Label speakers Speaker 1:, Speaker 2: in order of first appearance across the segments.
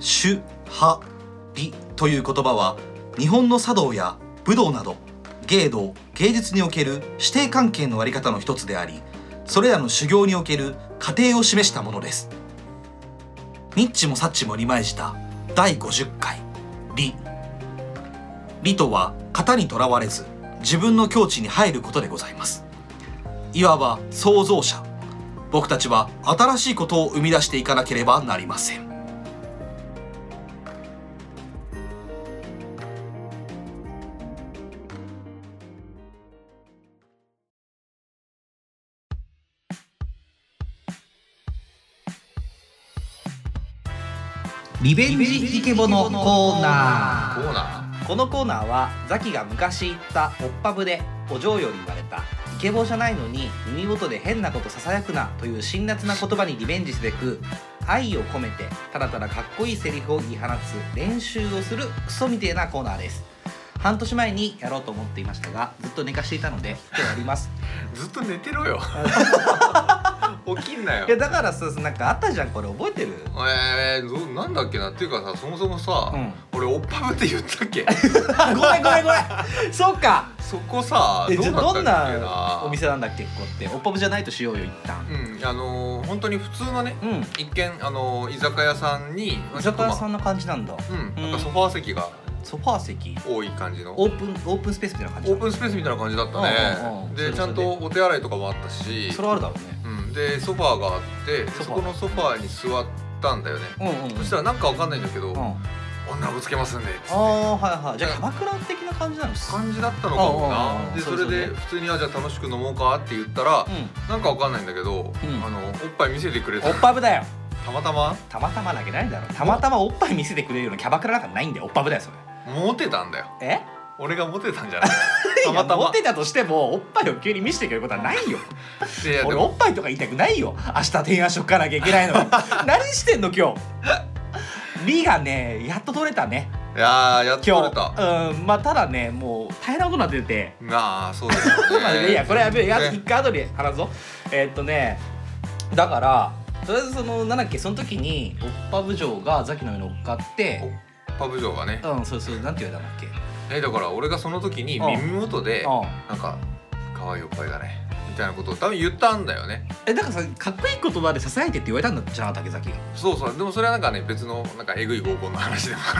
Speaker 1: 朱波美という言葉は日本の茶道や武道など芸道芸術における師弟関係のあり方の一つでありそれらの修行における過程を示したものですニッチもサッチもリマイした第50回「理」理とは型にとらわれず自分の境地に入ることでございますいわば創造者僕たちは新しいことを生み出していかなければなりません
Speaker 2: リベンジイケボのコーナ
Speaker 3: コーナ
Speaker 2: ーこのコーナーはザキが昔行ったオッパブでお嬢より言われたイケボじゃないのに耳元で変なことささやくなという辛辣な言葉にリベンジすべく愛を込めてただただかっこいいセリフを言い放つ練習をするクソみてえなコーナーです半年前にやろうと思っていましたがずっと寝かしていたので今日やります
Speaker 3: ーずっと寝てろ よ起きんなよ
Speaker 2: いやだからさなんかあったじゃんこれ覚えてる
Speaker 3: えー、どうなんだっけなっていうかさそもそもさ、
Speaker 2: うん
Speaker 3: 俺オッパブって言っ たっけ
Speaker 2: あ ごめんごめんごめんそうか
Speaker 3: そこさ
Speaker 2: え
Speaker 3: どう
Speaker 2: じ
Speaker 3: だ
Speaker 2: ゃ
Speaker 3: っ
Speaker 2: あ
Speaker 3: た
Speaker 2: ど
Speaker 3: ん
Speaker 2: ん
Speaker 3: だっけ
Speaker 2: な
Speaker 3: な
Speaker 2: お店なんだっけここっておっぱぶじゃないとしようよ一旦
Speaker 3: うんあのー、本当に普通のね
Speaker 2: うん
Speaker 3: 一見あのー、居酒屋さんに
Speaker 2: 居酒屋さ
Speaker 3: ん
Speaker 2: んな感じなんだ
Speaker 3: うんなん
Speaker 2: うん
Speaker 3: かソファー席が
Speaker 2: ソファー席
Speaker 3: 多い感じの
Speaker 2: オープンオープンスペースみたいな感じな
Speaker 3: オー
Speaker 2: んだ
Speaker 3: プンスペースみたいな感じだった
Speaker 2: うんうんう
Speaker 3: ね
Speaker 2: ん
Speaker 3: でち
Speaker 2: そ
Speaker 3: ゃ
Speaker 2: れ
Speaker 3: ん
Speaker 2: それで
Speaker 3: とお手洗いとかもあったし
Speaker 2: それはあるだろう
Speaker 3: うん、でソファーがあってで
Speaker 2: ソファー
Speaker 3: そこのソファーに座ったんだよね
Speaker 2: ねうんうん
Speaker 3: そしたらなんかわかんないんだけど、
Speaker 2: うんあ
Speaker 3: 女ぶつけますんでっつって
Speaker 2: あはいはいじゃあ鎌倉的な感じなのす
Speaker 3: 感じだったのかも
Speaker 2: ああああ
Speaker 3: なで
Speaker 2: そ
Speaker 3: そう
Speaker 2: そう
Speaker 3: れで普通に「あじゃあ楽しく飲もうか」って言ったら、
Speaker 2: う
Speaker 3: なんかわかんないんだけど、
Speaker 2: うん
Speaker 3: あのおっぱい見せてくれ
Speaker 2: ん
Speaker 3: た
Speaker 2: おっぱぶだよ
Speaker 3: たまたま
Speaker 2: たまたまだけないだろたまたまおっぱい見せてくれるようなキャバクラなんかないんだよおっぱぶだよそれ
Speaker 3: モテたんだよ
Speaker 2: え
Speaker 3: 俺がモテたんじ ゃないた
Speaker 2: たま
Speaker 3: ま
Speaker 2: た
Speaker 3: た
Speaker 2: ま
Speaker 3: ま
Speaker 2: モテたとしてもおっぱいを急に見せてくれることはないよ
Speaker 3: いやで
Speaker 2: 俺
Speaker 3: も
Speaker 2: おっぱいとか言いたくないよ明日提案しとかなきゃいけないの に何してんの今日リがねやっと取れたね
Speaker 3: いやーやっと取
Speaker 2: 今
Speaker 3: れた
Speaker 2: 日うんまあただねもう大変なことになってて
Speaker 3: なあそうだよ、ね、
Speaker 2: そうなん でねいやこれやべえや一
Speaker 3: ね
Speaker 2: 回後で話そうえーっとねだからとりあえずそのなんだっけその時におっぱ部長がザキの上に乗っかって
Speaker 3: パブ嬢がね
Speaker 2: うんそうそうなんて言われたんだっけ
Speaker 3: えだから俺がその時に
Speaker 2: うん
Speaker 3: 耳元で
Speaker 2: うん
Speaker 3: なんか可愛いおっぱいだねみたいなことを多分言ったんだよね
Speaker 2: えだからさかっこいい言葉で支えてって言われたんだじゃなかったっけザキが
Speaker 3: そうそうでもそれはなんかね別のなんかえぐい合コンの話でもあ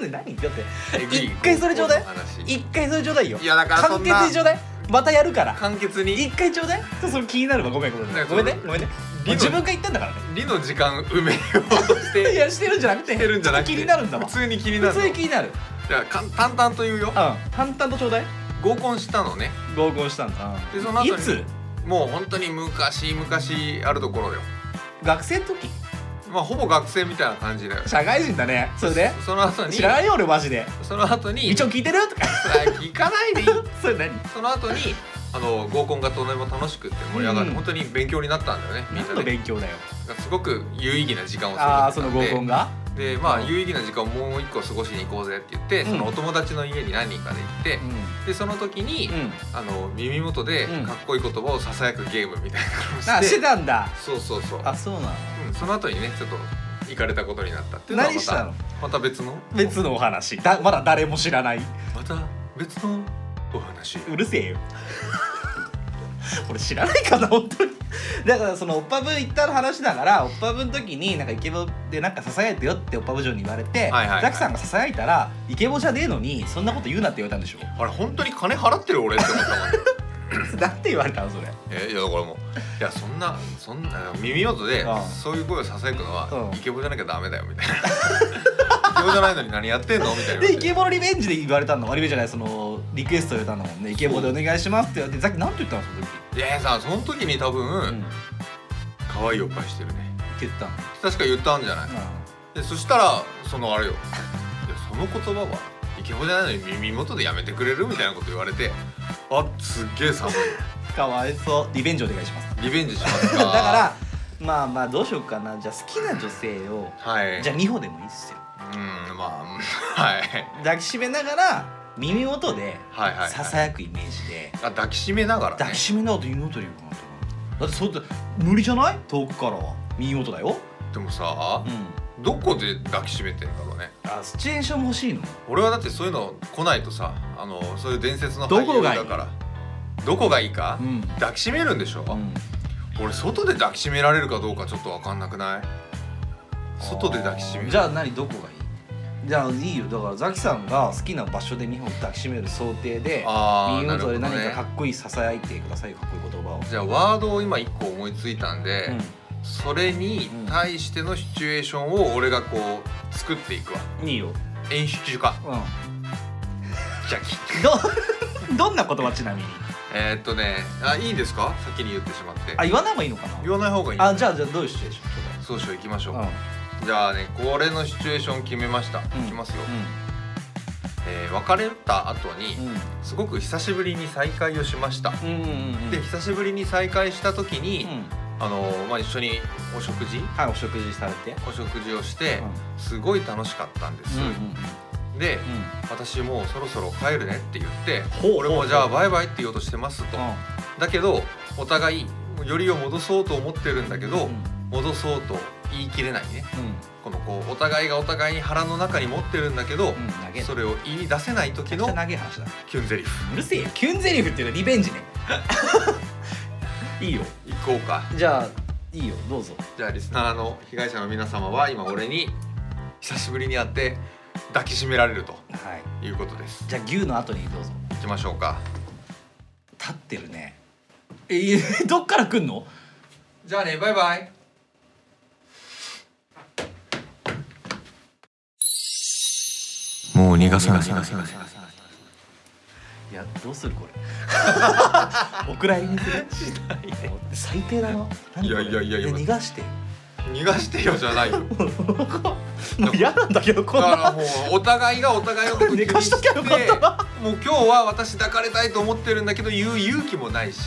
Speaker 3: るんだ
Speaker 2: なんで何だって
Speaker 3: けどえぐい
Speaker 2: 一回それちょうだい
Speaker 3: 合コンの話
Speaker 2: 一回それちょうだいよ
Speaker 3: いやだからそ
Speaker 2: 完
Speaker 3: ん
Speaker 2: 結
Speaker 3: な
Speaker 2: にちょうだいまたやるから
Speaker 3: 簡潔に
Speaker 2: 一回ちょうだいそうそれ気になるわごめんごめん
Speaker 3: ね
Speaker 2: ごめんねごめんね
Speaker 3: 理論
Speaker 2: 自分が言ったんだからね
Speaker 3: 理の時間埋めようとして
Speaker 2: いやしてるんじゃなくて
Speaker 3: してるんじゃなくて
Speaker 2: 気になるんだわ
Speaker 3: 普通に気にな
Speaker 2: 普
Speaker 3: るの
Speaker 2: 通に気になるうん
Speaker 3: じゃあかん淡々と言うよ
Speaker 2: 淡々とちょうだい
Speaker 3: 合コンしたのね
Speaker 2: 合コンしたんだ
Speaker 3: でその後に
Speaker 2: いつ
Speaker 3: もう本当に昔昔あるところだよ
Speaker 2: 学生の時
Speaker 3: まあほぼ学生みたいな感じだよ
Speaker 2: 社会人だねそれで
Speaker 3: その後に
Speaker 2: 知らないよ俺マジで
Speaker 3: その後に
Speaker 2: 一応聞いてるとか
Speaker 3: あ聞かないでいい
Speaker 2: それ何
Speaker 3: その後にあの合コンがとても楽しくって盛り上がって、
Speaker 2: うん
Speaker 3: 本当に勉強になったんだよねみん
Speaker 2: 何
Speaker 3: な
Speaker 2: の
Speaker 3: です
Speaker 2: 勉強だよ
Speaker 3: ごく有意義な時間
Speaker 2: あ
Speaker 3: を過
Speaker 2: あ
Speaker 3: ごせ
Speaker 2: その
Speaker 3: たん
Speaker 2: 合
Speaker 3: で
Speaker 2: コンが
Speaker 3: でまあ
Speaker 2: うん
Speaker 3: 有意義な時間をもう一個過ごしに行こうぜって言って、
Speaker 2: うん
Speaker 3: そのお友達の家に何人かで行って、
Speaker 2: う
Speaker 3: でその時に、
Speaker 2: んうん
Speaker 3: あの耳元で
Speaker 2: うん
Speaker 3: かっこいい言葉をささやくゲームみたいなの
Speaker 2: あ
Speaker 3: をして,、
Speaker 2: してたんだ
Speaker 3: そうそうそう
Speaker 2: あそうなの
Speaker 3: うん、その後にねちょっと行かれたことになったっていうのは
Speaker 2: 何
Speaker 3: ま
Speaker 2: した
Speaker 3: た
Speaker 2: の
Speaker 3: また別の
Speaker 2: 別のお話だまだ誰も知らない
Speaker 3: また別のお話
Speaker 2: うるせえよ 俺知らないかな本当にだからそのおっぱぶ行った話だからおっぱぶの時になんかイケボでなんかささやいてよっておっぱぶ嬢に言われて、
Speaker 3: はいはいはい
Speaker 2: ザキさんがささやいたらイケボじゃねえのにそんなこと言うなって言われたんでしょ
Speaker 3: あれ本当に金払ってる俺って思った もんね
Speaker 2: なんて言われたのそれ
Speaker 3: えいやだからもういやそんなそんな耳元で
Speaker 2: うん
Speaker 3: そういう声をささやくのは
Speaker 2: うん
Speaker 3: イケボじゃなきゃダメだよみたいな イケボじゃないのに何やってんのみたいな
Speaker 2: でイケボのリベンジで言われたのあリベンジじゃないそのリクエスト言われたのもんねイケボでお願いしますって言われてザキなんて言ったのその時、
Speaker 3: いやさその時に多
Speaker 2: うん、っ
Speaker 3: 分可愛いおっぱいしてるね
Speaker 2: て言ったの、
Speaker 3: 確か言ったんじゃないでそしたらそのあれよいやその言葉はイケボじゃないのに耳元でやめてくれるみたいなこと言われてあすっげえ寒い
Speaker 2: うん、かわいそうリベンジお願いします
Speaker 3: リベンジしますか
Speaker 2: だからまあまあどうしようかなじゃあ好きな女性を
Speaker 3: はい
Speaker 2: じゃあ2歩でもいいっすよ
Speaker 3: うんまあうんはい
Speaker 2: 抱きしめながら耳元で
Speaker 3: はいはいはい
Speaker 2: ささやくイメージで、
Speaker 3: あ抱きしめながらね
Speaker 2: 抱きしめながら耳元で言うかなと思うだってそうだ無理じゃない遠くからは耳元だよ
Speaker 3: でもさ
Speaker 2: うん
Speaker 3: どこで抱きしめてんだろうね
Speaker 2: あシチュエーション欲しいの
Speaker 3: 俺はだってそういうの来ないとさあのそういう伝説の俳優だからどこがいいか、
Speaker 2: うん、
Speaker 3: 抱きしめるんでしょ、
Speaker 2: うん
Speaker 3: 俺外で抱きしめられるかどうかちょっと分かんなくない外で抱きしめる
Speaker 2: じゃあ何どこがいいじゃあいいよだからザキさんが好きな場所で美穂を抱きしめる想定で
Speaker 3: あー
Speaker 2: 耳
Speaker 3: なる
Speaker 2: 元
Speaker 3: ほど
Speaker 2: で何かか
Speaker 3: ね
Speaker 2: っこいいささやいてくださいよかっこいい言葉を、
Speaker 3: じゃあワードを今一個思いついたんで、それに対してのシチュエーションを俺がこう作っていくわ
Speaker 2: うん、いいよ、
Speaker 3: 演出家
Speaker 2: う
Speaker 3: ジャッキ
Speaker 2: ん、どどんな言葉ちなみに
Speaker 3: えー、っとねあいいですか先に言ってしまって
Speaker 2: あ言わない方がいいのかな
Speaker 3: 言わない方がいい
Speaker 2: あじゃあじゃあどういうシチュエーション
Speaker 3: そうしよう行きまし
Speaker 2: ち
Speaker 3: ょ
Speaker 2: ょ
Speaker 3: う
Speaker 2: っ、と
Speaker 3: じゃあねこれのシチュエーション決めました、いきますよ、えー別れた後に、すごく久しぶりに再会をしました、
Speaker 2: うんうんうんうんうん
Speaker 3: で久しぶりに再会した時に、
Speaker 2: うん
Speaker 3: あのまあ、一緒にお食事
Speaker 2: はいお食事されて
Speaker 3: お食事をして
Speaker 2: うん
Speaker 3: すごい楽しかったんです、
Speaker 2: うんうん
Speaker 3: で
Speaker 2: うん
Speaker 3: 私もうそろそろ帰るねって言って
Speaker 2: ほうほう
Speaker 3: 俺もじゃあバイバイって言おうとしてますと
Speaker 2: う
Speaker 3: だけどお互いよりを戻そうと思ってるんだけど
Speaker 2: んうん
Speaker 3: 戻そうと言い切れないねこのこうお互いがお互いに腹の中に持ってるんだけど、
Speaker 2: うん投げ
Speaker 3: それを言い出せない時
Speaker 2: め
Speaker 3: の
Speaker 2: っちゃ長い話だ
Speaker 3: キュンゼリフ
Speaker 2: うるせえよキュンゼリフっていうのはリベンジねいいよ
Speaker 3: 行こうか
Speaker 2: じゃあいいよどうぞ
Speaker 3: じゃあリスナーの被害者の皆様は今俺に久しぶりに会って抱きしめられると
Speaker 2: はい
Speaker 3: いうことです
Speaker 2: じゃあ牛の後にどうぞ
Speaker 3: 行きましょうか
Speaker 2: 立ってるねえいえどっから来んの
Speaker 3: じゃあねバイバイもう逃がさない
Speaker 2: いやどうするこれお蔵入りにするもう最低だな何これ
Speaker 3: いやいやいやいや
Speaker 2: 逃がして
Speaker 3: 逃がしてよじゃな いよ
Speaker 2: もう嫌なんだけどこ
Speaker 3: だ
Speaker 2: ん
Speaker 3: から
Speaker 2: な
Speaker 3: もうお互いがお互いのこと気
Speaker 2: 寝か
Speaker 3: に
Speaker 2: し
Speaker 3: し
Speaker 2: ときゃよかって
Speaker 3: もう今日は私抱かれたいと思ってるんだけど言う勇気もな いし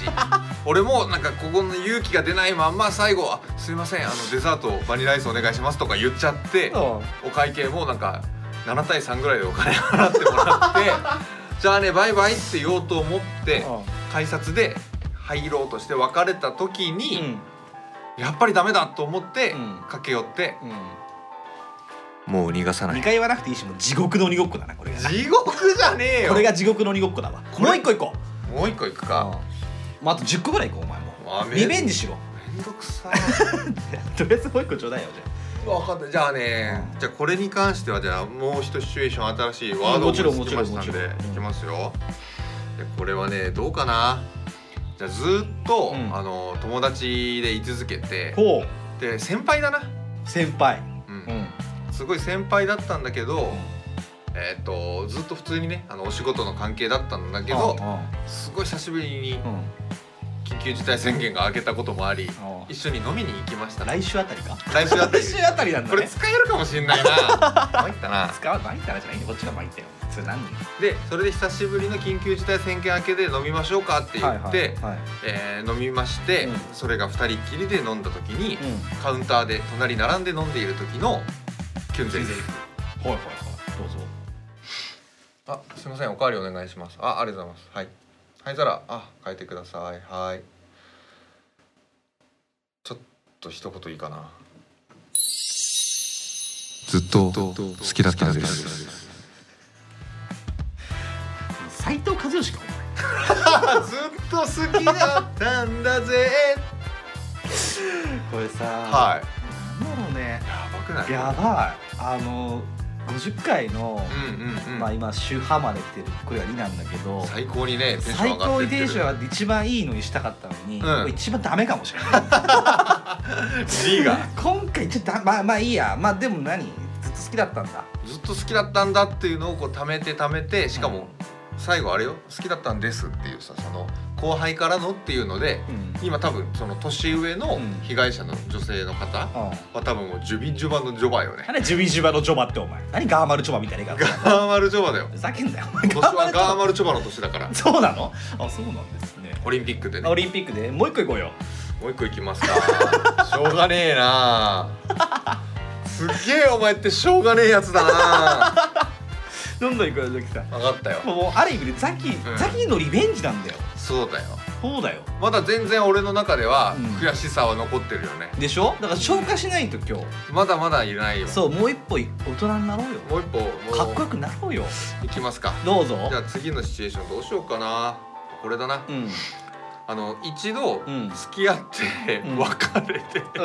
Speaker 3: 俺もなんかここの勇気が出ないまんま最後は「すいませんあのデザートバニラアイスお願いします」とか言っちゃって
Speaker 2: うん
Speaker 3: お会計もなんか7対3ぐらいでお金払っても らって「じゃあねバイバイ」って言おうと思って改札で入ろうとして別れた時
Speaker 2: う
Speaker 3: に
Speaker 2: ん
Speaker 3: やっぱりダメだと思って
Speaker 2: うん
Speaker 3: 駆け寄って
Speaker 2: う
Speaker 3: 「もう逃がさ
Speaker 2: ん二回言わなくていいしもう地獄の鬼ごっこだなこれが
Speaker 3: 地獄じゃねえよ
Speaker 2: これが地獄の鬼ごっこだわ
Speaker 3: これ
Speaker 2: もう一個行こう
Speaker 3: もう一個いくか。
Speaker 2: うんまああと10個ぐらい行こうお前も
Speaker 3: あめ
Speaker 2: リベンジしろ
Speaker 3: めんどくさ。
Speaker 2: とりあえずもう一個ちょうだいよじゃ
Speaker 3: わかった。じゃあね、じゃあこれに関してはじゃあもう一シチュエーション新しいワードを
Speaker 2: もちろん
Speaker 3: 思いつきましたん
Speaker 2: もちろん
Speaker 3: で
Speaker 2: もちろん
Speaker 3: いきますよ。でこれはねどうかな。じゃあずっと、
Speaker 2: うん
Speaker 3: あの友達で居続けて
Speaker 2: ほ
Speaker 3: で先輩だな。
Speaker 2: う先輩
Speaker 3: うん。
Speaker 2: うん
Speaker 3: すごい先輩だったんだけど。えっとずっと普通にねあのお仕事の関係だったんだけどすごい久しぶりに
Speaker 2: うんうん
Speaker 3: 緊急事態宣言が明けたこともあり
Speaker 2: うん
Speaker 3: 一緒に飲みに行きました
Speaker 2: 来週あたりか
Speaker 3: 来週あ たり
Speaker 2: 来週あたりなんだ
Speaker 3: これ
Speaker 2: ね
Speaker 3: 使えるかもしれないな参ったな
Speaker 2: 使わないからじゃないんだこっちが巻いたよそれ何人
Speaker 3: でそれで久しぶりの緊急事態宣言明けで飲みましょうかって言って、
Speaker 2: はい
Speaker 3: えー飲みまして、
Speaker 2: うん
Speaker 3: それが2人っきりで飲んだ時に、
Speaker 2: うん
Speaker 3: カウンターで隣並んで飲んでいる時のキュンゼリフ
Speaker 2: はいはいはいどうぞ
Speaker 3: あすいませんおかわりお願いしますあありがとうございますはいはい皿あ変えてくださいはいちょっと一言いいかなずっと好きだったん です
Speaker 2: 斎藤和義か
Speaker 3: ずっと好きだったんだぜ。
Speaker 2: お前これさ
Speaker 3: はい。
Speaker 2: いなんだろうね
Speaker 3: やばくない。
Speaker 2: やばいあの50回の
Speaker 3: うんうんうん。
Speaker 2: まあ今週ハまで来てるこれは2なんだけど
Speaker 3: 最高にね、テンション
Speaker 2: 最
Speaker 3: 上が
Speaker 2: 高
Speaker 3: って
Speaker 2: に
Speaker 3: って
Speaker 2: テン
Speaker 3: る。
Speaker 2: ション上がって一番いいのにしたかったのに、
Speaker 3: うん
Speaker 2: これ一番ダメかもしれない
Speaker 3: G が
Speaker 2: 今回ちょっとだまあまあいいやまあでも何ずっと好きだったんだ
Speaker 3: ずっと好きだったんだっていうのをこう貯めて貯めて、しかも最後あれよ、好きだったんですっていうさ、その後輩からのっていうので、
Speaker 2: うん
Speaker 3: 今多分その年上の
Speaker 2: うん
Speaker 3: 被害者の女性の方は
Speaker 2: あ
Speaker 3: 多分もうジュビジュバのジョバよね。
Speaker 2: 何ジュビジュバのジョバってお前何ガーマルジョバみたいな言い
Speaker 3: ガ
Speaker 2: 方
Speaker 3: ーマルジョバだよ。
Speaker 2: ふざけんだよお前
Speaker 3: 今年はガー
Speaker 2: ル
Speaker 3: マルジョバの年だから
Speaker 2: ジ。ョバそうなのあそうなんですね
Speaker 3: オリンピックでね
Speaker 2: オ。リンピックでもう一個行こうよ
Speaker 3: もう一個いきますかしょうがねえなすっげえお前ってしょうがねえやつだな
Speaker 2: どんどん行こうよザキさん
Speaker 3: 分かったよ
Speaker 2: もうある意味でザキ、
Speaker 3: ん
Speaker 2: ザキのリベンジなんだよ
Speaker 3: そうだよ
Speaker 2: そうだよ
Speaker 3: まだ全然俺の中では
Speaker 2: うん
Speaker 3: 悔しさは残ってるよね、
Speaker 2: でしょだから消化しないと今
Speaker 3: まだまだいないよ
Speaker 2: 日そうもう一歩い大人になろうよ
Speaker 3: もう一歩もう
Speaker 2: かっこよくなろうよ
Speaker 3: いきますか
Speaker 2: どうぞ
Speaker 3: じゃあ次のシチュエーションどうしようかなこれだな、
Speaker 2: うんうん
Speaker 3: あの一度
Speaker 2: うん
Speaker 3: 付き合って
Speaker 2: うん
Speaker 3: 別れて、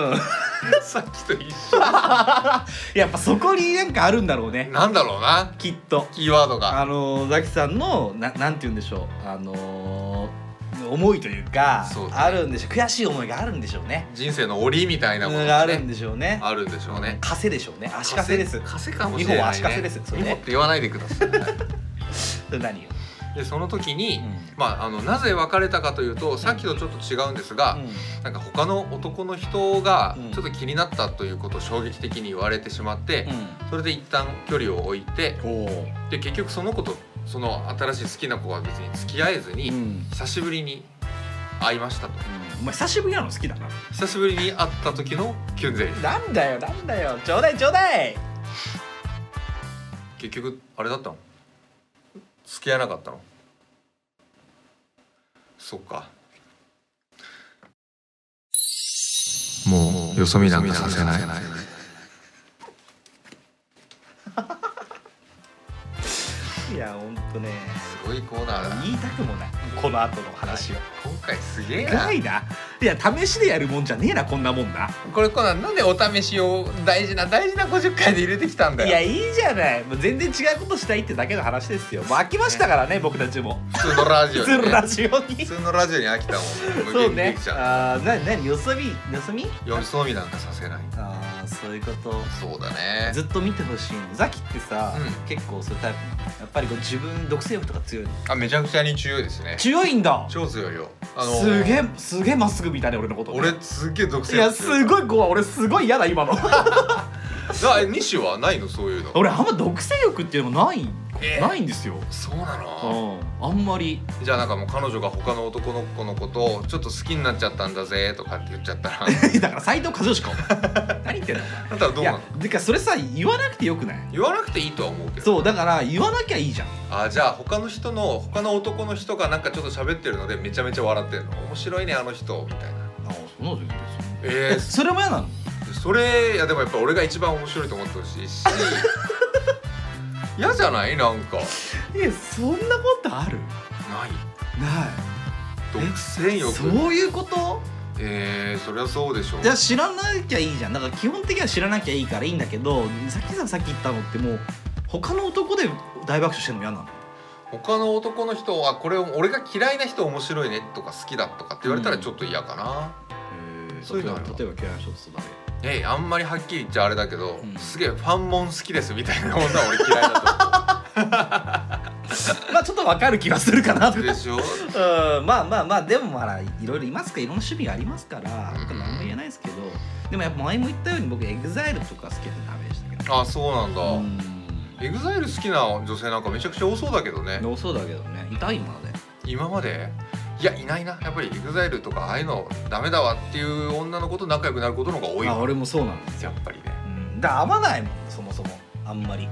Speaker 3: さっきと一緒
Speaker 2: やっぱそこになんかあるんだろうね
Speaker 3: なんだろうな
Speaker 2: きっと
Speaker 3: キーワードが
Speaker 2: あのーザキさんのななんて言うんでしょうあのー思いというか
Speaker 3: そうだね
Speaker 2: あるんでしょう悔しい思いがあるんでしょうね
Speaker 3: 人生の折みたいなもの
Speaker 2: があるん
Speaker 3: ね
Speaker 2: でしょうね
Speaker 3: あるんでしょうね
Speaker 2: 稼でしょうね足稼です
Speaker 3: 稼かもしれない、ね、
Speaker 2: 日本は足稼ですそれね
Speaker 3: 日本って言わないでください
Speaker 2: それ何よ、
Speaker 3: でその時に、
Speaker 2: うん
Speaker 3: まあ、あのなぜ別れたかというとさっきとちょっと違うんですが、なんか他の男の人が
Speaker 2: うん
Speaker 3: ちょっと気になったということを衝撃的に言われてしまって、
Speaker 2: う
Speaker 3: それで一旦距離を置いて
Speaker 2: んうん、お
Speaker 3: で結局その子とその新しい好きな子は別に付き合えずに、
Speaker 2: うん、うん
Speaker 3: 久しぶりに会いましたと
Speaker 2: お前久しぶりなの好きだな
Speaker 3: 久しぶりに会った時のキュンゼリ
Speaker 2: なんだよなんだよちょうだいちょうだい
Speaker 3: 結局あれだったの付き合えなかったのそっかもうよそ見なんかさせない
Speaker 2: いやほんとね
Speaker 3: すごいコーナーだ
Speaker 2: 言いたくもないこの後の話を
Speaker 3: 今回すげえな
Speaker 2: ないな。いや試しでやるもんじゃねえなこんなもんな。
Speaker 3: これコーナーなんでお試しを大事な大事な50回で入れてきたんだよ
Speaker 2: いやいいじゃない。もう全然違うことしたいってだけの話ですよ。もう飽きましたからね僕たちも。
Speaker 3: 普通のラジオ
Speaker 2: 普
Speaker 3: に、
Speaker 2: 通の
Speaker 3: ね、
Speaker 2: ラジオに
Speaker 3: 普。通のラジオに飽きたもん無
Speaker 2: そ
Speaker 3: 限
Speaker 2: う
Speaker 3: に
Speaker 2: ね
Speaker 3: でき。ちゃ
Speaker 2: ああななによそ見よそ見？
Speaker 3: う、よそ見なんかさせない
Speaker 2: ああそういうこと。
Speaker 3: そうだね
Speaker 2: ずっと見てほしいの。ザキってさ、
Speaker 3: う
Speaker 2: 結構そういうタイプなの。やっぱりこう自分独占欲とか強いの。
Speaker 3: あめちゃくちゃに強いですね
Speaker 2: 強いんだ。
Speaker 3: 超強いよ
Speaker 2: すげえすげえまっすぐ見たね俺のことね、
Speaker 3: 俺すっげえ独占
Speaker 2: いやすごいこう俺すごい嫌だ今の
Speaker 3: だえ西はないのそういうの
Speaker 2: 俺あんま独占欲っていうのもない、
Speaker 3: え
Speaker 2: ないんですよ
Speaker 3: そうなの
Speaker 2: うんあんまり
Speaker 3: じゃあなんかもう彼女が他の男の子のことをちょっと好きになっちゃったんだぜとかって言っちゃったら
Speaker 2: だから斎藤和義かお前 何言ってんの
Speaker 3: だったら
Speaker 2: い
Speaker 3: ど
Speaker 2: う
Speaker 3: な
Speaker 2: や
Speaker 3: の
Speaker 2: てかそれさ言わなくてよくない
Speaker 3: 言わなくていいとは思うけど
Speaker 2: そうだから言わなきゃいいじゃん
Speaker 3: あじゃあ他の人の他の男の人がなんかちょっと喋ってるのでめちゃめちゃ笑ってるの面白いねあの人みたいな
Speaker 2: ああそんなこと言
Speaker 3: え
Speaker 2: それも嫌なの
Speaker 3: ー、それいやでもやっぱ俺が一番面白いと思ってほし いし嫌じゃないなんか
Speaker 2: いやそんなことある
Speaker 3: ない
Speaker 2: な
Speaker 3: 独占
Speaker 2: い
Speaker 3: 欲
Speaker 2: そういうこと
Speaker 3: えー、そりゃそうでしょう
Speaker 2: じゃあ知らなきゃいいじゃんだから基本的には知らなきゃいいからいいんだけどさっきささっき言ったのってもう他の男で大爆笑してるの嫌なの
Speaker 3: 他の男の人はこれを俺が嫌いな人面白いねとか好きだとかって言われたらちょっと嫌かな、そういうのあるの
Speaker 2: 例えば嫌いな人とそうだね
Speaker 3: えあんまりはっきり言っちゃあれだけど、
Speaker 2: うん
Speaker 3: すげえファンモン好きですみたいな女は俺嫌いだ
Speaker 2: まあちょっとわかる気がするかな
Speaker 3: と
Speaker 2: と
Speaker 3: 思うでし ょ
Speaker 2: うんまあまあまあでもまあいろいろいますからいろんな趣味がありますから
Speaker 3: うん
Speaker 2: 僕何も言えないですけどでもやっぱ前も言ったように僕エグザイルとか好きでダメでしたけど
Speaker 3: あそうなんだ、
Speaker 2: うん
Speaker 3: エグザイル好きな女性なんかめちゃくちゃ多そうだけどね
Speaker 2: 多そうだけどね痛い今ので
Speaker 3: 今までいやいないなやっぱりエグザイルとかああいうのダメだわっていう女の子と仲良くなることの方が多い
Speaker 2: あ
Speaker 3: わ
Speaker 2: 俺もそうなんです
Speaker 3: や
Speaker 2: よ
Speaker 3: っぱりね
Speaker 2: うんだから合わないもんそもそもあんまり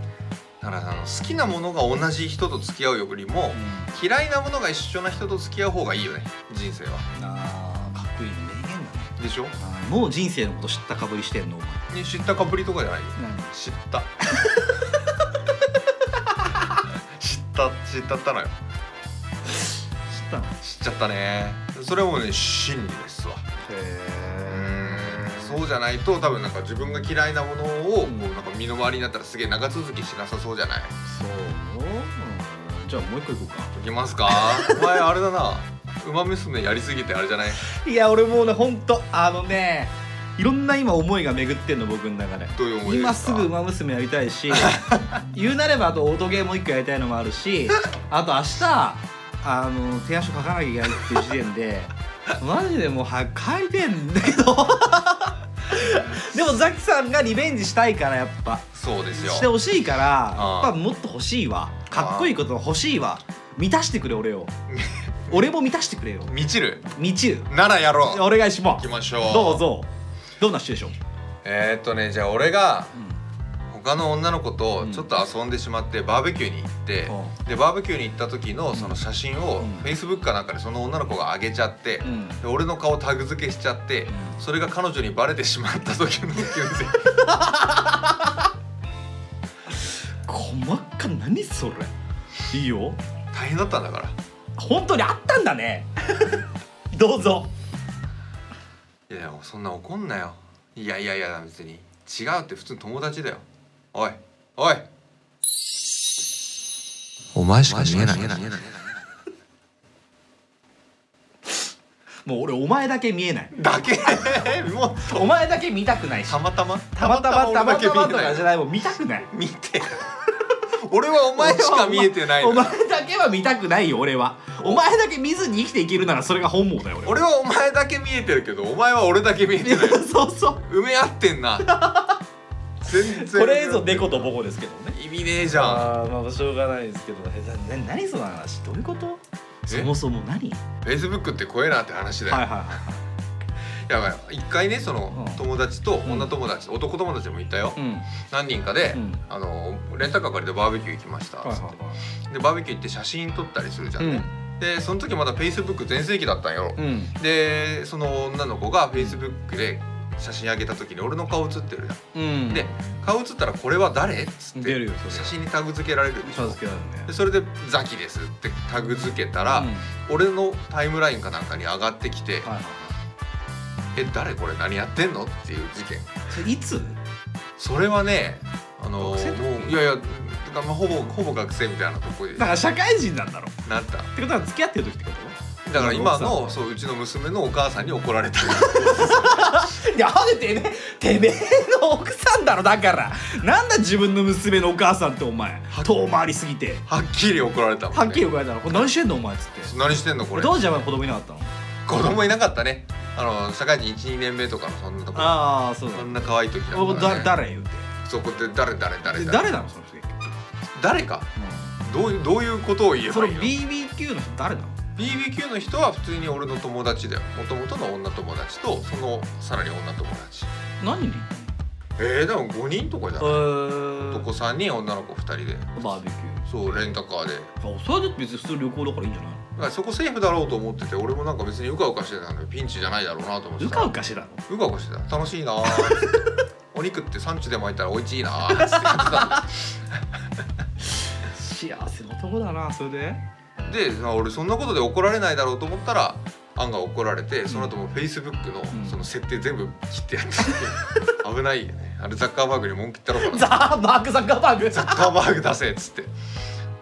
Speaker 3: だからあの好きなものが同じ人と付き合うよりも嫌いなものが一緒な人と付き合う方がいいよね人生は
Speaker 2: あーかっこいいね名言だね
Speaker 3: でしょ
Speaker 2: あーもう人生のこと知ったかぶりしてんのお前
Speaker 3: ね知ったかぶりとかじゃないよ知った 知った知ったったのよ
Speaker 2: 知ったのへ
Speaker 3: 知っちゃったねそれはもうね真理ですわそうじゃないと多分なんか自分が嫌いなものをこうなんか身の回りになったらすげえ長続きしなさそうじゃない
Speaker 2: そううんじゃあもう一個いこうか
Speaker 3: いきま すかお前あれだな馬娘やりすぎてあれじゃない
Speaker 2: いや俺もうねほんとあのねいろんな今思いが巡ってんの僕の中で
Speaker 3: どういう思いですか
Speaker 2: 今すぐ「ウマ娘」やりたい し言うなればあとオートゲームもう一回やりたいのもあるしあと明日あの提案書書かなきゃいけないっていう時点 でマジでもうは帰りてえんだけどでもザキさんがリベンジしたいからやっぱ
Speaker 3: そうですよ
Speaker 2: してほしいからや
Speaker 3: あ
Speaker 2: っぱ
Speaker 3: あ
Speaker 2: もっと欲しいわかっこいいこと欲しいわ満たしてくれ俺 を俺も満たしてくれよ
Speaker 3: 満ちる
Speaker 2: みちゅ
Speaker 3: ならやろう
Speaker 2: お願いしま
Speaker 3: 行
Speaker 2: す
Speaker 3: きましょう
Speaker 2: どうぞどんなシチュエーション、
Speaker 3: えー、っとねじゃあ俺が他の女の子とちょっと遊んでしまってバーベキューに行って、でバーベキューに行った時のその写真を
Speaker 2: うん
Speaker 3: Facebook かなんかでその女の子が上げちゃって、
Speaker 2: うん
Speaker 3: で俺の顔タグ付けしちゃってそれが彼女にバレてしまった時の急に
Speaker 2: 細か何それいいよ
Speaker 3: 大変だったんだから
Speaker 2: 本当にあったんだね どうぞ
Speaker 3: いやいやそんな怒んなよいやいやいや別に違うって普通の友達だよおいおいお前しか見えない
Speaker 2: もう俺お前だけ見えない
Speaker 3: だけ もう
Speaker 4: お前だけ見たくないした
Speaker 3: またま
Speaker 4: たまたまたま
Speaker 3: 俺
Speaker 4: たま
Speaker 3: だけ
Speaker 4: と
Speaker 3: 見えな
Speaker 4: か
Speaker 3: い
Speaker 4: じゃないもう見たくない
Speaker 3: 見て俺はお前しか見えてない
Speaker 2: お
Speaker 3: のよ
Speaker 2: 前だけは見たくないよ俺はお前だけ見ずに生きていけるならそれが本望だよ俺は
Speaker 3: 俺はお前だけ見えてるけどお前は俺だけ見えてない
Speaker 2: そうそう
Speaker 3: 埋め合ってんな全然
Speaker 2: これぞ猫とボコですけどね
Speaker 3: 意味ねえじゃん
Speaker 4: あーまあしょうがないですけどえなな何その話どういうこと
Speaker 2: そもそも何はい
Speaker 3: Facebook って怖えなって話だよ、
Speaker 2: はいは
Speaker 3: やばい一回ねその
Speaker 4: うん
Speaker 3: 友達と女友達、男友達もいたよ、
Speaker 4: うん
Speaker 3: 何人かで、
Speaker 4: うん
Speaker 3: あのレンタカー借りてバーベキュー行きました、
Speaker 4: はいはい
Speaker 3: つっ
Speaker 4: は
Speaker 3: てでバーベキュー行って写真撮ったりするじゃ
Speaker 4: い
Speaker 3: んね、でその時まだ Facebook 全盛期だったんよ、
Speaker 4: うんうん
Speaker 3: でその女の子が Facebook で写真上げた時に俺の顔写ってるじゃん
Speaker 4: うん
Speaker 3: で顔写ったら「これは誰?」っつっ
Speaker 4: 出る
Speaker 3: て
Speaker 4: よそれ
Speaker 3: 写真にタグ付けられるでし
Speaker 4: 片
Speaker 3: ょ
Speaker 4: 付けられるね
Speaker 3: でそれで「ザキです」ってタグ付けたら、
Speaker 4: うん
Speaker 3: 俺のタイムラインかなんかに上がってきて
Speaker 4: はいはいはい
Speaker 3: 「え誰これ何やってんの?」っていう事件
Speaker 4: それいつ
Speaker 3: それはねあの
Speaker 4: 学生の時
Speaker 3: もういやいやてかまあほぼほぼ学生みたいなとこに
Speaker 2: だか
Speaker 3: なっ
Speaker 2: ら社会人なんだろう
Speaker 3: た
Speaker 2: ってことは付き合ってる時ってこ
Speaker 3: だから今
Speaker 4: なるほど
Speaker 3: のそううちの娘のお母さんに怒られた
Speaker 2: といやあれてめえてめえの奥さんだろだからなんだ自分の娘のお母さんってお前遠回りすぎて
Speaker 3: はっきり怒られたもん、ね、
Speaker 2: はっきり言われたら「これ何してんのお前」っつって
Speaker 3: 何してんのこれ
Speaker 2: 当時はまだ子供いなかったの
Speaker 3: 子供いなかったねあの社会人12年目とかのそんなとこ
Speaker 2: ああそう
Speaker 3: そんな可愛い時だ
Speaker 2: お
Speaker 3: ったから、
Speaker 2: だ
Speaker 3: ね、
Speaker 2: 誰言うて
Speaker 3: そこで誰誰誰
Speaker 2: で誰なのその人、
Speaker 3: 誰かどういうどういうことを言え
Speaker 2: そ
Speaker 3: ば
Speaker 2: の
Speaker 3: いいの
Speaker 2: BBQ の人誰なの
Speaker 3: BBQ の人は普通に俺の友達だよもともとの女友達とそのさらに女友達
Speaker 2: 何人で
Speaker 3: えー、でも5人とかじゃ
Speaker 2: 行
Speaker 3: ない
Speaker 2: っ
Speaker 3: 男3人女の子2人で
Speaker 2: バーベキュ
Speaker 3: そうレンタカーで
Speaker 2: ーあそれだって別に普通旅行だからいいんじゃない
Speaker 3: だからそこセーフだろうと思ってて俺もなんか別にうかうかしてたのよピンチじゃないだろうなと思って
Speaker 2: う
Speaker 3: た
Speaker 2: かうかしてたの
Speaker 3: うかうかしてた楽しいなーっ つってお肉って産地で巻いたらおいちいなーっつって言ってたんだ
Speaker 2: 幸せな男だなそれ で
Speaker 3: でまあ俺そんなことで怒られないだろうと思ったら案が怒られてその後もフェイスブックの
Speaker 2: ん
Speaker 3: その設定全部切ってやっ てて危ないよねあれザッカーバーグに文句言ったろうかな
Speaker 2: ザーマーク・ザッカーバーグ
Speaker 3: ザッカーバーグ出せっつって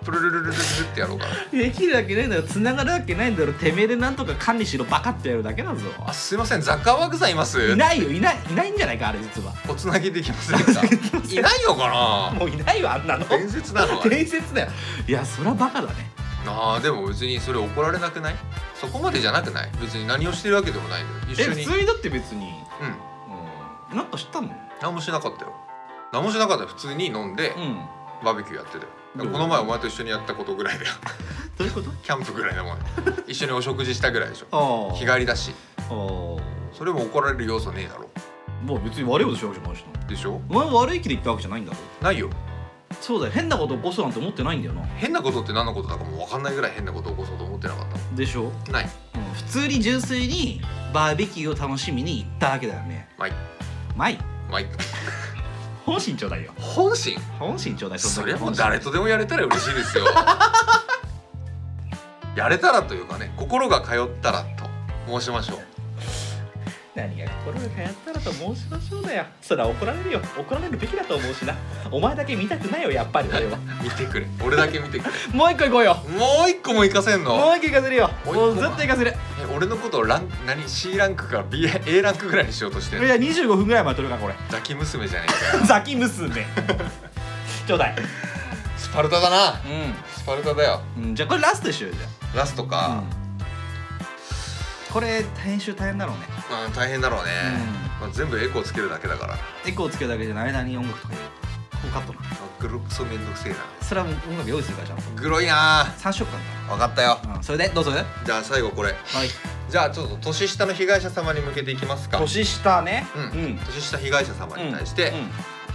Speaker 3: プルルルルルルってやろうかな
Speaker 2: できるわけないんだろ繋がるわけないんだろてめえでなんとか管理しろバカってやるだけだぞ
Speaker 3: あすいませんザッカーバーグさんいます
Speaker 2: いないよいないいないんじゃないかあれ実は
Speaker 3: おつなぎできません かいないのか
Speaker 2: もういないよあんなの
Speaker 3: な伝説な のあれ
Speaker 2: 伝説だよいやそりゃバカだね
Speaker 3: あーでも別にそれ怒られなくないそこまでじゃなくない別に何をしてるわけでもないよ一
Speaker 2: え
Speaker 3: 緒
Speaker 2: 普
Speaker 3: にうん
Speaker 2: 通にだって別にうんなんか知ったの
Speaker 3: 何もしなかったよ何もしなかったよ普通に飲んで、
Speaker 2: うん
Speaker 3: バーベキューやってたよだから
Speaker 2: うん
Speaker 3: この前お前と一緒にやったことぐらいだよ
Speaker 2: どういうこと
Speaker 3: キャンプぐらい だもん一緒にお食事したぐらいでしょ
Speaker 2: ああ
Speaker 3: 日帰りだし
Speaker 2: ああ
Speaker 3: それも怒られる要素ねえだろ
Speaker 2: まあ別に悪いことしたわけじゃないしな
Speaker 3: でしょ
Speaker 2: お前悪い気で言ったわけじゃないんだろ
Speaker 3: ないよ
Speaker 2: そうだよ変なこと起こそうなんて思ってないんだよな
Speaker 3: 変なことって何のことだかもう分かんないぐらい変なこと起こそうと思ってなかっ
Speaker 2: でしょ、
Speaker 3: たない
Speaker 2: うん、普通に純粋にバーベキューを楽しみに行ったわけだよね
Speaker 3: まあいい
Speaker 2: まい
Speaker 3: まあいい
Speaker 2: 本心ちょうだいよ
Speaker 3: 本心
Speaker 2: 本心ちょうだい
Speaker 3: そ
Speaker 2: ん
Speaker 3: れ
Speaker 2: な
Speaker 3: は
Speaker 2: の
Speaker 3: もう誰とでもやれたら嬉しいですよ やれたらというかね心が通ったらと申しましょう
Speaker 2: 何が心が通ったらと申しましょうだよそれは怒られるよ怒られるべきだと思うしなお前だけ見たくないよやっぱ り俺は
Speaker 3: 見てくれ俺だけ見てくれ
Speaker 2: もう一個行こうよ
Speaker 3: もう一個も行かせんの
Speaker 2: もう一個行かせるよ
Speaker 3: もう一個
Speaker 2: もう絶対行かせる
Speaker 3: え俺のことをラン何 C ランクから B A ランクぐらいにしようとして
Speaker 2: い
Speaker 3: んの
Speaker 2: や25分ぐらい前撮るからこれ
Speaker 3: ザキ娘じゃねえかよ
Speaker 2: ザキ娘 ちょうだい
Speaker 3: スパルタだなスパルタだよ
Speaker 2: うん、うん、じゃあこれラストでしようじゃ
Speaker 3: ラスト
Speaker 2: あ
Speaker 3: か、
Speaker 2: これ編集大変だろうね
Speaker 3: うん大変だろうね、まあ、全部エコーつけるだけだから
Speaker 2: エコーつけるだけじゃない間に音楽とか入れるこうカットな
Speaker 3: あグロクソめんどくせえな
Speaker 2: それはもう音楽用意するからちゃんと
Speaker 3: グロいな
Speaker 2: 3色間
Speaker 3: 分かったよ
Speaker 2: だ、うん、それでどうぞはい
Speaker 3: じゃあ最後これじゃあちょっと年下の被害者様に向けていきますか
Speaker 2: 年下ね
Speaker 3: うん
Speaker 2: うん
Speaker 3: 年下被害者様に対して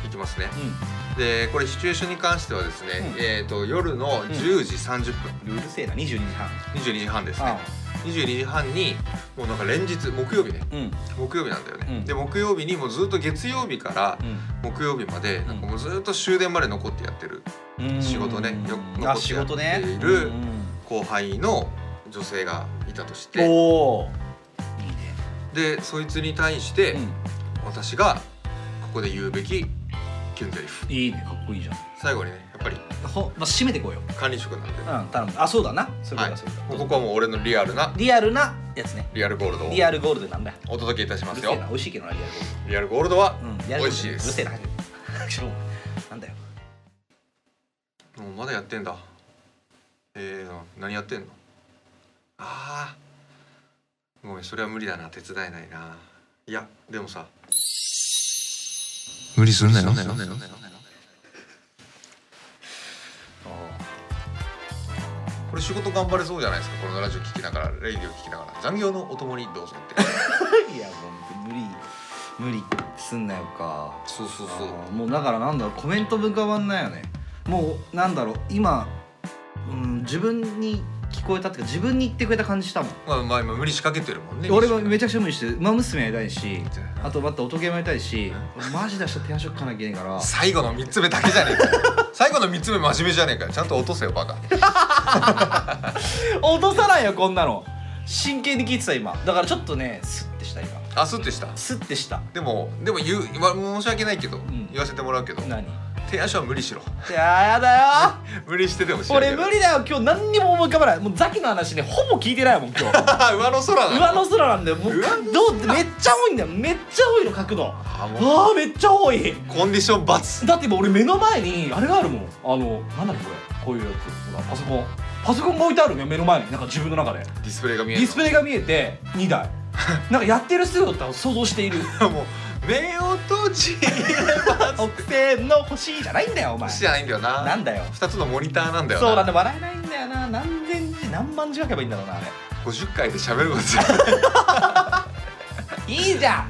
Speaker 3: いきますね、
Speaker 2: うん
Speaker 3: でこれシチュエーションに関してはですね、
Speaker 2: うん
Speaker 3: えっ、と夜の10時30分、
Speaker 2: うるせえな22時半
Speaker 3: 22時半ですね
Speaker 2: あ
Speaker 3: 22時半にもうなんか連日木曜日ね
Speaker 2: うんうん
Speaker 3: 木曜日なんだよね、
Speaker 2: うん
Speaker 3: で木曜日にもうずっと月曜日から木曜日までなんかもうずっと終電まで残ってやってる
Speaker 2: うん
Speaker 3: 仕事ねよく残
Speaker 2: あ
Speaker 3: って
Speaker 2: 仕事ね
Speaker 3: やっている
Speaker 2: うんうん
Speaker 3: 後輩の女性がいたとして
Speaker 2: おおいいね
Speaker 3: でそいつに対して
Speaker 2: う
Speaker 3: 私がここで言うべきキュンゼリフ
Speaker 2: んいいねかっこいいじゃん
Speaker 3: 最後にねやっぱり
Speaker 2: ほまあ締めてこうよ
Speaker 3: 管理職なんで、
Speaker 2: うん頼むあそうだなそれ
Speaker 3: は
Speaker 2: か
Speaker 3: い
Speaker 2: らそれ
Speaker 3: もう
Speaker 2: か
Speaker 3: ここはもう俺のリアルな
Speaker 2: リアルなやつね
Speaker 3: リアルゴールドを
Speaker 2: リアルゴールドなんだ
Speaker 3: お届けいたしま
Speaker 2: うる
Speaker 3: す
Speaker 2: せえ
Speaker 3: よ
Speaker 2: な美味しいけどなリアルゴールド
Speaker 3: リアルゴールドは
Speaker 2: うん、
Speaker 3: 美味しいで
Speaker 2: うるせ
Speaker 3: す
Speaker 2: えな。なんだよ。
Speaker 3: もうまだやってんだえー、何やってんのああごめんそれは無理だな手伝えないないやでもさ無理するなよこれ仕事頑張れそうじゃないですかこのラジオ聞きながらレイディオ聞きながら残業のお供にどうぞって
Speaker 2: いや、もう無理。無理すんなよか。
Speaker 3: そうそう
Speaker 2: あ
Speaker 3: そう
Speaker 2: ーもうだからなんだろうコメント文化版ないよね。もうなんだろう今、うん、自分に聞こえたっていうか自分に言ってくれた感じしたもん。
Speaker 3: まあまあ今無理仕掛けてるもんね
Speaker 2: 俺もめ
Speaker 3: ち
Speaker 2: ちゃくちゃ無理してる。馬娘やりたいし。
Speaker 3: ゃ
Speaker 2: あとまた音ゲーもやりたいし、マジ出したら手足をかなきゃいけないから。
Speaker 3: 最後の3つ目だけじゃねえかよ最後の3つ目真面目じゃねえかよちゃんと落とせよバカ
Speaker 2: 落とさないよこんなの。真剣に聞いてた今。だからちょっとね、スッてした今。
Speaker 3: あすってした
Speaker 2: スッてした。
Speaker 3: でもでも言う言わ申し訳ないけど、
Speaker 2: ん
Speaker 3: 言わせてもらうけど
Speaker 2: 何？
Speaker 3: 手足は無理しろ
Speaker 2: いややだよー。
Speaker 3: 無理しててほしい
Speaker 2: 俺 無理だよ今日何にも思い浮かばないもうザキの話ねほぼ聞いてないもん今日
Speaker 3: 上の空だ
Speaker 2: 上の空なんだよもう
Speaker 3: 上の
Speaker 2: どうめっちゃ多いんだよめっちゃ多いの角度あ
Speaker 3: あもう
Speaker 2: あめっちゃ多い
Speaker 3: コンディション罰
Speaker 2: だって今俺目の前にあれがあるもんあのなんだっけこれこういうやつほらパソコンパソコンが置いてあるのよ目の前になんか自分の中で
Speaker 3: ディスプレイが見
Speaker 2: デ
Speaker 3: え る
Speaker 2: ィスプレイが見えて2台なんかやってる姿を想像している
Speaker 3: イもう目を閉じ
Speaker 2: 特製の星じゃないんだよお前
Speaker 3: じゃないんだよ な
Speaker 2: なんだよ
Speaker 3: 2つのモニターなんだよな
Speaker 2: そうなんだ笑えないんだよな何千字何万字書けばいいんだろうなあれ
Speaker 3: 50回で喋ることじゃ
Speaker 2: いいじゃ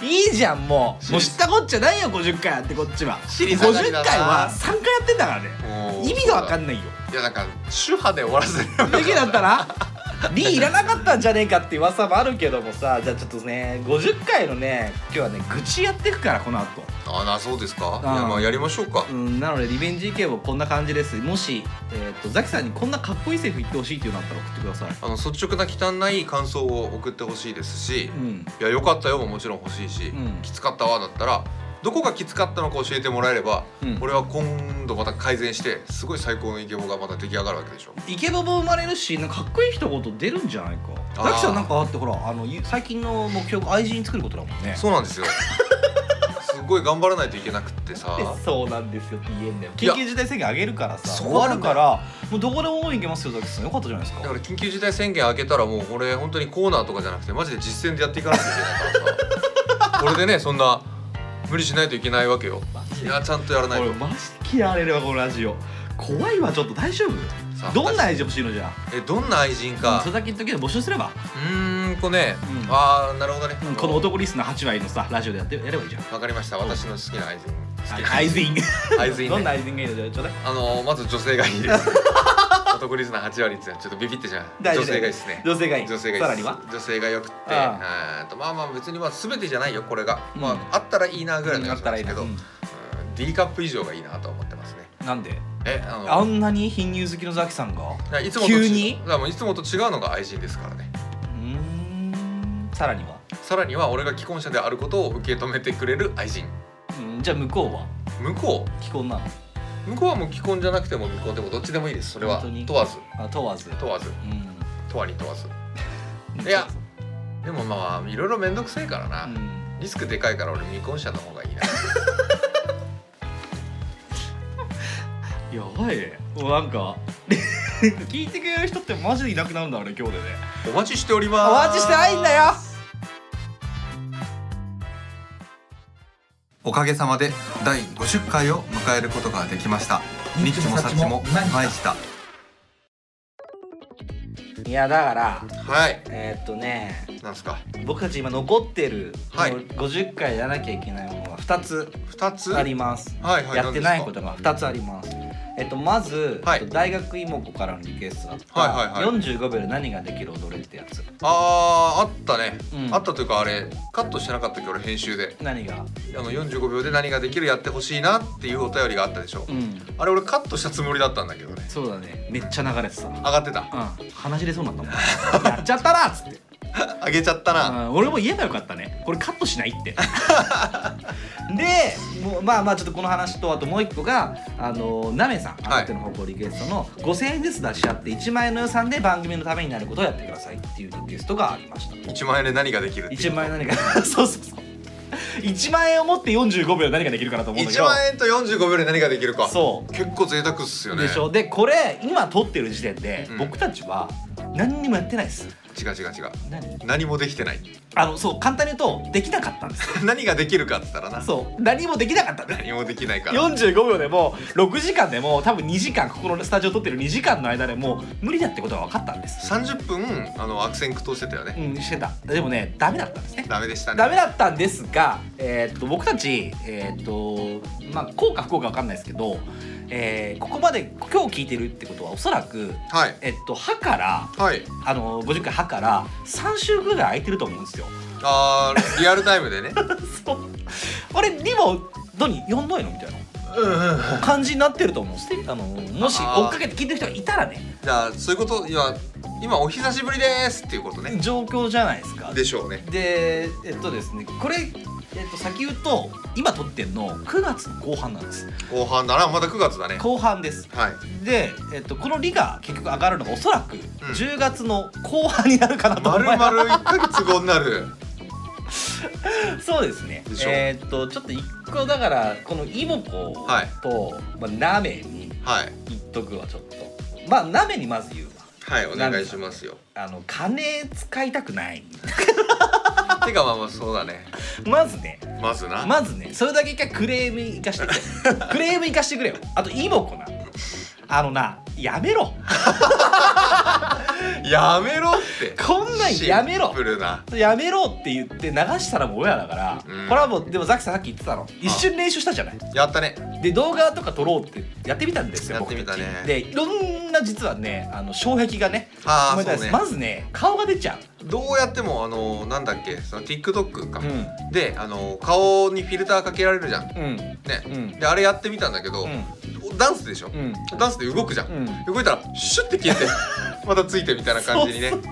Speaker 2: んいいじゃんもうもう知ったこっちゃないよ50回やってこっちは
Speaker 3: 知り下がり
Speaker 2: 50
Speaker 3: だな
Speaker 2: 回は3回やってんだからね
Speaker 3: もう
Speaker 2: 意味がわか
Speaker 3: ない
Speaker 2: ん ないよ
Speaker 3: いやなんか手話で終わらせる
Speaker 2: だけだったら「リーいらなかったんじゃねえか」って噂もあるけどもさじゃあちょっとね50回のね今日はね愚痴やってくからこの後
Speaker 3: あなそうですかい
Speaker 2: あー
Speaker 3: やまあやりましょうか
Speaker 2: うんなのでリベンジ系もこんな感じですもし、えー、とザキさんにこんなかっこいいセリフ言ってほしいっていうのあったら送ってください
Speaker 3: あの率直な汚い感想を送ってほしいですし
Speaker 2: うん
Speaker 3: いや良かったよももちろん欲しいし、
Speaker 2: うん
Speaker 3: きつかったわだったらどこがきつかったのか教えてもらえれば、
Speaker 2: うん
Speaker 3: 俺は今度また改善してすごい最高のイケボがまた出来上がるわけでしょ
Speaker 2: イケボも生まれるしなんかかっこいい一言出るんじゃないか
Speaker 3: あー
Speaker 2: ザキさんなんかあってほらあのゆ最近の目標が愛人作ることだもんね
Speaker 3: そうなんですよ すごい頑張らないといけなくってさ
Speaker 2: そうなんですよって言えんだよ
Speaker 3: いや
Speaker 2: 緊急事態宣言上げるからさ
Speaker 3: そ
Speaker 2: 終
Speaker 3: うな
Speaker 2: わ
Speaker 3: んだ
Speaker 2: る
Speaker 3: よ
Speaker 2: からもうどこでも行けますよザキさんよかったじゃないです
Speaker 3: だ
Speaker 2: か
Speaker 3: から緊急事態宣言明けたらもう俺本当にコーナーとかじゃなくてマジで実践でやっていかなきゃいけないから さこれでねそんな無理しないといけないわけよ
Speaker 2: マジ
Speaker 3: い
Speaker 2: で
Speaker 3: やちゃんとやらない
Speaker 2: 俺
Speaker 3: と
Speaker 2: マジで嫌われるわこのラジオ怖いわちょっと大丈夫
Speaker 3: さあ
Speaker 2: どんな愛情欲しいのじゃあ
Speaker 3: えどんな愛人
Speaker 2: うん
Speaker 3: か
Speaker 2: 佐々木の時の募集すれば、
Speaker 3: うーんこうね、
Speaker 2: うん
Speaker 3: ああなるほどね、
Speaker 2: うんこの男リスナー8割のさラジオでやってやればいいじゃん
Speaker 3: わかりました私の好きな愛人好きな
Speaker 2: 愛人
Speaker 3: 愛人ね
Speaker 2: どんな愛人がいいのじゃあちょうだい
Speaker 3: あのまず女性がい いです。男リスナー8割ってちょっとビビってじゃん。
Speaker 2: 大
Speaker 3: 女
Speaker 2: 事だ
Speaker 3: 性がい
Speaker 2: よ
Speaker 3: いですね。
Speaker 2: 女性がいい
Speaker 3: 女性がいい
Speaker 2: さ
Speaker 3: っす
Speaker 2: らには
Speaker 3: 女性がよくって、
Speaker 2: あ
Speaker 3: えーとまあまあ別にまあ全てじゃないよこれが、
Speaker 2: うん
Speaker 3: まああったらいいなぐらいの
Speaker 2: あ
Speaker 3: や
Speaker 2: っ
Speaker 3: つ
Speaker 2: た
Speaker 3: なん
Speaker 2: ら
Speaker 3: で
Speaker 2: いい
Speaker 3: す
Speaker 2: な
Speaker 3: けど、
Speaker 2: う
Speaker 3: うん
Speaker 2: ん
Speaker 3: D カップ以上がいいなと思ってますね。
Speaker 2: なんで
Speaker 3: えあの
Speaker 2: あんなに貧乳好きのザキさんがう
Speaker 3: いやいつもと違う
Speaker 2: 急に
Speaker 3: だからもういつもと違うのが愛人ですからね。
Speaker 2: ーんさらには、
Speaker 3: さらには俺が既婚者であることを受け止めてくれる愛人。
Speaker 2: うん、じゃあ向こうは
Speaker 3: 向こ
Speaker 2: 既婚なの
Speaker 3: う向こうはもう既婚じゃなくても未婚でもどっちでもいいです。それは
Speaker 2: 本当に
Speaker 3: 問わず
Speaker 2: あ問わず
Speaker 3: 問わず
Speaker 2: う
Speaker 3: 問わに問わず。
Speaker 2: ん
Speaker 3: いやでもまあいろいろめんどくせえからな。
Speaker 2: うん
Speaker 3: リスクでかいから俺未婚者の方がいいな。
Speaker 2: やばいねもうなんか 聞いてくれる人ってマジでいなくなるんだ俺今日でね
Speaker 3: お待ちしております。
Speaker 2: お待ちしてないんだよ
Speaker 5: おかげさまで第50回を迎えることができました日もさっちもまいした
Speaker 2: いやだから
Speaker 3: はい。
Speaker 2: えーっとね
Speaker 3: なんすか。
Speaker 2: 僕たち今残ってる、
Speaker 3: はい
Speaker 2: この50回やらなきゃいけないものが2つ2つ
Speaker 3: 二つ
Speaker 2: あります
Speaker 3: はいはい
Speaker 2: やってないこととが2つありますえっとまず、
Speaker 3: はい
Speaker 2: えっと大学妹子からのリクエストだった、
Speaker 3: はいはいはい
Speaker 2: 45秒で何ができる踊れってやつ
Speaker 3: あーあったね、
Speaker 2: うん
Speaker 3: あったというかあれカットしてなかったっけ俺編集で
Speaker 2: 何が
Speaker 3: あの45秒で何ができるやってほしいなっていうお便りがあったでしょ、
Speaker 2: うん
Speaker 3: あれ俺カットしたつもりだったんだけどね
Speaker 2: そうだねめっちゃ流れてた
Speaker 3: 上がってた
Speaker 2: うん鼻血出そうになったもんやっちゃったなっ つって
Speaker 3: 上げちゃったな、
Speaker 2: うん俺も言えばよかったねこれカットしないって でもうまあまあちょっとこの話とあともう一個があのなめさんあなたの方向リクエストの5000円ずつ出し合って1万円の予算で番組のためになることをやってくださいっていうリクエストがありました
Speaker 3: 1万円で何ができるっていう
Speaker 2: 1万円何か そうそうそう1万円を持って45秒何ができるかなと思うんだけ
Speaker 3: 1
Speaker 2: ど
Speaker 3: 万円と45秒で何ができるか
Speaker 2: そう
Speaker 3: 結構贅沢っすよね
Speaker 2: でしょでこれ今撮ってる時点で、
Speaker 3: うん
Speaker 2: 僕たちは何にもやってないです
Speaker 3: 違う違う違う
Speaker 2: 何
Speaker 3: 何もできてない
Speaker 2: あのそう簡単に言うとできなかったんですよ
Speaker 3: 何ができるかって言ったらな
Speaker 2: そう何もできなかったんです
Speaker 3: 何もできないから
Speaker 2: 45秒でも6時間でも多分2時間ここのスタジオ撮ってる2時間の間でもう無理だってことが分かったんです
Speaker 3: 30分あの悪戦苦闘してたよ
Speaker 2: う
Speaker 3: ね、
Speaker 2: んしてたでもねダメだったんですね
Speaker 3: ダメでしたね
Speaker 2: ダメだったんですが、えーっと僕たち、えーっとまあ、効果不効果分かんないですけど、えーここまで今日聞いてるってことはおそらく、
Speaker 3: はい
Speaker 2: えっと、歯から
Speaker 3: はい
Speaker 2: あの50回歯から3週ぐらい空いてると思うんですよ。
Speaker 3: あーリアルタイム でね
Speaker 2: そうあれリボ何呼んどいのみたいな感じになってると思うんですねあのもし
Speaker 3: あー
Speaker 2: 追っかけて聞いてる人がいたらね
Speaker 3: じゃあそういうこといや今お久しぶりですっていうことね
Speaker 2: 状況じゃないですか。
Speaker 3: でしょうね
Speaker 2: でえっとですねこれ、えっと、先言うと今撮ってんの9月の後半なんです
Speaker 3: 後半だなまだ9月だね
Speaker 2: 後半です。
Speaker 3: はい
Speaker 2: で、えっと、この「利」が結局上がるのがおそらく
Speaker 3: ん
Speaker 2: 10月の後半になるかなと思い
Speaker 3: 丸
Speaker 2: ます、
Speaker 3: 々1ヶ月後になる
Speaker 2: そうですね
Speaker 3: でしょ
Speaker 2: えーっとちょっと一個だからこのイモコと、
Speaker 3: はい
Speaker 2: まあ、ナメに
Speaker 3: はい
Speaker 2: 言っとくわちょっとまあナメにまず言うわ
Speaker 3: はいお願いしますよ
Speaker 2: あの金使いたくない
Speaker 3: てかまあまあそうだね
Speaker 2: まずね
Speaker 3: まずな、
Speaker 2: まずねそれだけ一回クレームいかしてく れクレームいかしてくれよあとイモコなあのなやめろ
Speaker 3: やめろって
Speaker 2: こんなんやめ
Speaker 3: シ
Speaker 2: ろ
Speaker 3: ンプルな
Speaker 2: やめろって言って流したらもう親だから、
Speaker 3: うん
Speaker 2: これはもうでもザキさんさっき言ってたの一瞬練習したじゃない
Speaker 3: やったね
Speaker 2: で動画とか撮ろうってやってみたんですよ
Speaker 3: やってみたね
Speaker 2: 僕ちでいろんな実はねあの障壁がね
Speaker 3: ああ
Speaker 2: 生まれ
Speaker 3: そ
Speaker 2: たんで
Speaker 3: う
Speaker 2: す
Speaker 3: ね
Speaker 2: まずね顔が出ちゃ
Speaker 3: どうやってもあのなんだっけその TikTok か、
Speaker 2: ううん
Speaker 3: であの顔にフィルターかけられるじゃんね、
Speaker 2: うん
Speaker 3: であれやってみたんだけど、
Speaker 2: う
Speaker 3: ダンスでしょ、
Speaker 2: んうん
Speaker 3: ダンスで動くじゃん、
Speaker 2: うん
Speaker 3: 動いたらシュッて 消えてまたついてみたいな感じにね
Speaker 2: そう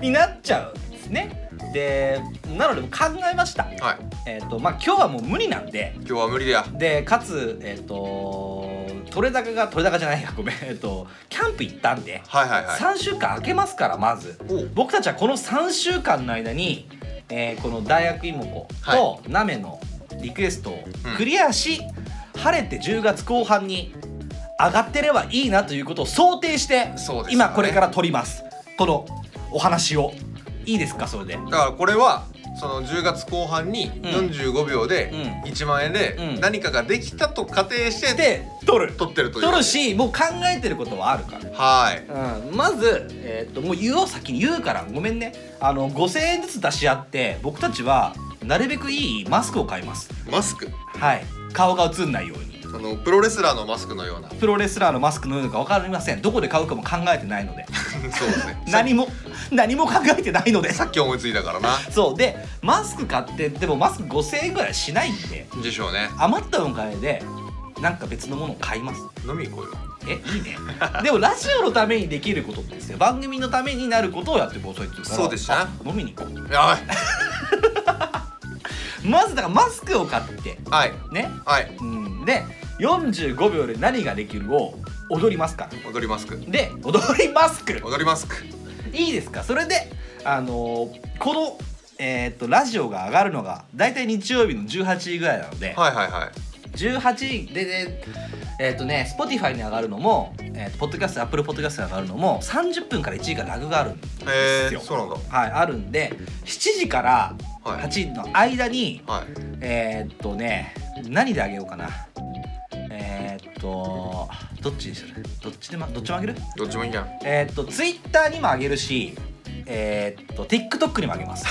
Speaker 2: になっちゃうんですねでなので考えました
Speaker 3: はい
Speaker 2: えっ、とまあ今日はもう無理なんで
Speaker 3: 今日は無理だよ
Speaker 2: でかつえっ、と取れ高が取れ高じゃないやごめんえっとキャンプ行ったんで
Speaker 3: はいはいはい
Speaker 2: 3週間空けますからまず
Speaker 3: おう
Speaker 2: 僕たちはこの3週間の間に、えーこの大学芋子
Speaker 3: は
Speaker 2: とナメのリクエストをクリアし、晴れて10月後半に上がってればいいなということを想定して、
Speaker 3: そうですよね
Speaker 2: 今これから撮りますこのお話をいいですかそれで
Speaker 3: だからこれはその10月後半に45秒で
Speaker 2: う
Speaker 3: 1万円で
Speaker 2: うん
Speaker 3: 何かができたと仮定して
Speaker 2: で撮る
Speaker 3: 撮ってるという
Speaker 2: 撮るしもう考えてることはあるから
Speaker 3: はい
Speaker 2: うん、まず、えーっともう言おう先に言うからごめんねあの5,000円ずつ出し合って僕たちはなるべくいいマスクを買います
Speaker 3: マスク
Speaker 2: はい顔が映んないように
Speaker 3: そのプロレスラーのマスクのような
Speaker 2: プロレスラーのマスクのようなのか分かりませんどこで買うかも考えてないの で
Speaker 3: そうですね
Speaker 2: 何も何も考えてないので
Speaker 3: さっき思いついたからな
Speaker 2: そうでマスク買ってでもマスク5,000円ぐらいしないんで
Speaker 3: でしょうね
Speaker 2: 余ったお金でなんか別のものを買います
Speaker 3: 飲み行こうよ
Speaker 2: えいい ねでもラジオのためにできることですよ番組のためになることをやっていこうそう言ってるから
Speaker 3: そうでした
Speaker 2: あ飲みに行こう
Speaker 3: はい
Speaker 2: まずだからマスクを買って
Speaker 3: はい
Speaker 2: ね
Speaker 3: はい
Speaker 2: うんで45秒で何ができるを踊りますから
Speaker 3: 踊りマスク
Speaker 2: で踊りマスク
Speaker 3: 踊りマスク
Speaker 2: いいですかそれであのーこのえーっとラジオが上がるのが大体日曜日の18時ぐらいなので、
Speaker 3: はいはいはい
Speaker 2: 18時ででえーっとね Spotify に上がるのも、えーっとポッドキャスト Apple ポッドキャストに上がるのも30分から1時間ラグがあるんですよ、
Speaker 3: えー、そうなんだ
Speaker 2: はいあるんで7時から
Speaker 3: はい
Speaker 2: 8時の間に、
Speaker 3: はい
Speaker 2: えーっとね何であげようかなえーっとどっちにするどっちで、ま、どっちもあげる
Speaker 3: どっちもいいじゃん
Speaker 2: えーっとツイッターにもあげるしえーっと TikTok にもあげます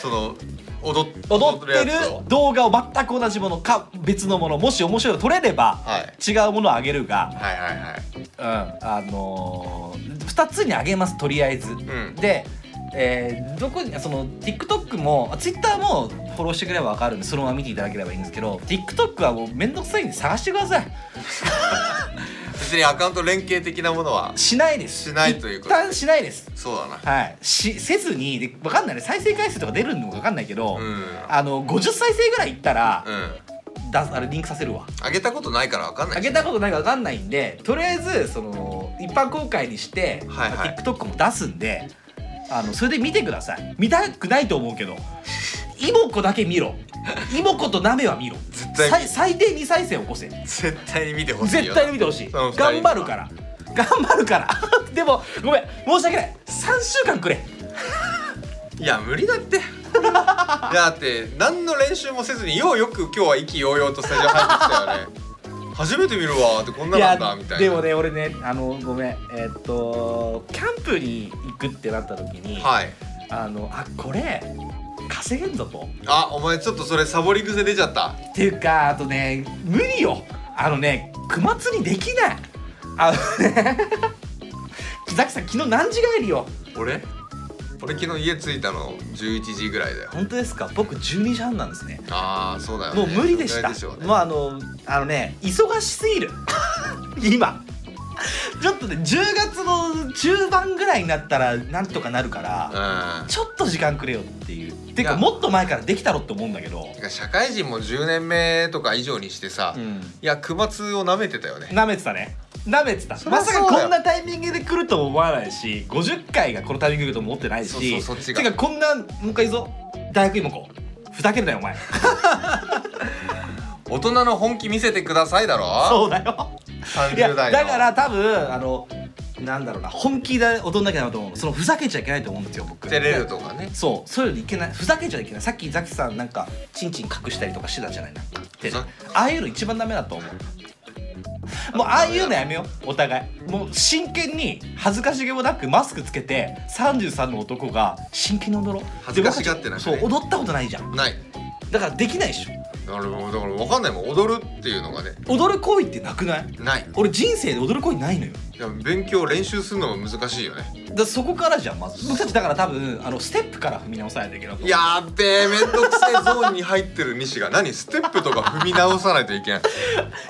Speaker 3: その 踊っ
Speaker 2: 踊ってる
Speaker 3: やつを
Speaker 2: 動画を全く同じものか別のものもし面白いの撮れれば
Speaker 3: はい
Speaker 2: 違うものをあげるが、
Speaker 3: はいはいはい
Speaker 2: うん、あのー、2つにあげますとりあえず。
Speaker 3: うん
Speaker 2: で、えーどこにその TikTok もあ Twitter もフォローしてくれれば分かるんでそのまま見ていただければいいんですけど TikTok はもうめんどくさいんで探してください
Speaker 3: 別にアカウント連携的なものは
Speaker 2: しないです
Speaker 3: しないということ
Speaker 2: 一旦しないです
Speaker 3: そうだな
Speaker 2: はいしせずにで分かんないね再生回数とか出るのか分かんないけど、
Speaker 3: うんうん
Speaker 2: あの50再生ぐらいいったら、だあれリンクさせるわ
Speaker 3: あげたことないからわかんな
Speaker 2: あ
Speaker 3: い
Speaker 2: げたことないか分かんないんでとりあえずその一般公開にして、
Speaker 3: はいはい
Speaker 2: TikTok も出すんであのそれで見てください見たくないと思うけどイモコだけ 見ろイモコとナメは見ろ
Speaker 3: 絶対
Speaker 2: 最最低2再生起こせ
Speaker 3: 絶対に見てほしいよ
Speaker 2: 絶対に見てほしい
Speaker 3: その二人
Speaker 2: 頑張るから頑張るから でもごめん申し訳ない3週間くれ
Speaker 3: いや無理だってだって何の練習もせずにようよく今日は意気揚々とスタジオ入ってきたよね初めて見るわってこんななんだみたいな
Speaker 2: でもね俺ねあのごめんえーっとキャンプに行くってなった時に、
Speaker 3: はい
Speaker 2: あのあこれ稼げんぞと
Speaker 3: あお前ちょっとそれサボり癖出ちゃった
Speaker 2: っていうかあとね無理よあのね熊釣りできないあのね ザキさん昨日何時帰りよ
Speaker 3: 俺俺昨日家着いたの11時ぐらいだよ
Speaker 2: 本当ですか僕12時半なんですね
Speaker 3: ああそうだよ、ね、
Speaker 2: もう無理でした
Speaker 3: 無理しょうね
Speaker 2: もうあのあのね忙しすぎる 今ちょっとね10月の中盤ぐらいになったらなんとかなるから、
Speaker 3: うん
Speaker 2: ちょっと時間くれよっていうて
Speaker 3: い
Speaker 2: か
Speaker 3: や
Speaker 2: もっと前からできたろって思うんだけど
Speaker 3: てか社会人も10年目とか以上にしてさ、いや熊通を舐めてたよね
Speaker 2: なめてたねなめてた
Speaker 3: そりゃ
Speaker 2: ま
Speaker 3: そ
Speaker 2: さ
Speaker 3: うだよ
Speaker 2: かこんなタイミングで来るとも思わないし50回がこのタイミングで来るとも思ってないし
Speaker 3: そうそうそっちが
Speaker 2: てかこんなもう一回いいぞ大学芋子ふざけるなよお前
Speaker 3: 大人の本気見せてくださいだろ
Speaker 2: そうだよいや
Speaker 3: 30代の
Speaker 2: だから多分あのなんだろうな本気で踊んなきゃなと思うそのふざけちゃいけないと思うんですよ僕
Speaker 3: 照れるとかね
Speaker 2: そうそういうのいけないふざけちゃいけないさっきザキさんなんかチンチン隠したりとかしてたじゃないなんか手で
Speaker 3: ふざ
Speaker 2: ああいうの一番ダメだと思うもうああいうのやめようお互いもう真剣に恥ずかしげもなくマスクつけて33の男が真剣に踊ろう
Speaker 3: 恥ずかしがってないい
Speaker 2: そう踊ったことないじゃん
Speaker 3: ない
Speaker 2: だからできないでしょ
Speaker 3: だからだから分かんないもん踊るっていうのがね
Speaker 2: 踊る行為ってなくない
Speaker 3: ない
Speaker 2: 俺人生で踊る行為ないのよ
Speaker 3: いや勉強練習するのも難しいよね
Speaker 2: だからそこからじゃんまず僕たちだから多分あのステップから踏み直さないといけない
Speaker 3: やーべえめんどくせえゾーンに入ってる西が何ステップとか踏み直さないといけない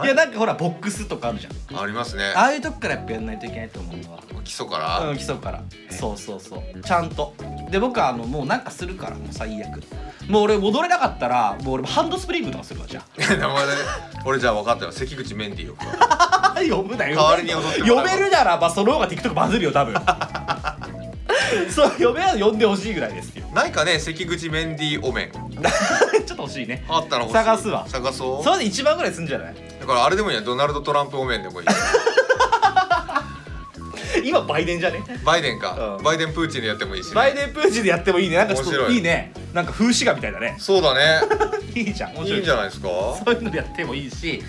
Speaker 2: いやなんかほらボックスとかあるじゃん
Speaker 3: ありますね
Speaker 2: ああいうとこからやっぱやんないといけないと思うのは
Speaker 3: 基礎から、
Speaker 2: うん、基礎からそうそうそうちゃんとで僕はあのもうなんかするからもう最悪もう俺戻れなかったらもう俺ハンドスプリングとかするわじゃ
Speaker 3: 名前だね俺じゃあ分かったよ関口メンディーよ
Speaker 2: あ呼ぶなよ
Speaker 3: 代わりに踊ってもらう
Speaker 2: 呼べるならばその方が TikTok バズるよ多 分そう呼べは呼んでほしいぐらいですよ
Speaker 3: ないかね関口メンディーお面
Speaker 2: ちょっと欲しいね
Speaker 3: あったら欲しい
Speaker 2: 探すわ
Speaker 3: 探そう
Speaker 2: それで1万ぐらいすんじゃない
Speaker 3: だからあれでもいいやドナルド・トランプお面でもいい
Speaker 2: 今バイデンじゃね
Speaker 3: バイデンか、
Speaker 2: うん
Speaker 3: バイデンプーチンでやってもいいし、ね、
Speaker 2: バイデンプーチンでやってもいいねなんかちょっ
Speaker 3: 面
Speaker 2: と
Speaker 3: 白い
Speaker 2: いいねなんか風刺画みたいだね
Speaker 3: そうだ ね
Speaker 2: いいじゃん面
Speaker 3: い
Speaker 2: 白
Speaker 3: い
Speaker 2: い
Speaker 3: んじゃないですか
Speaker 2: そういうのやってもいいし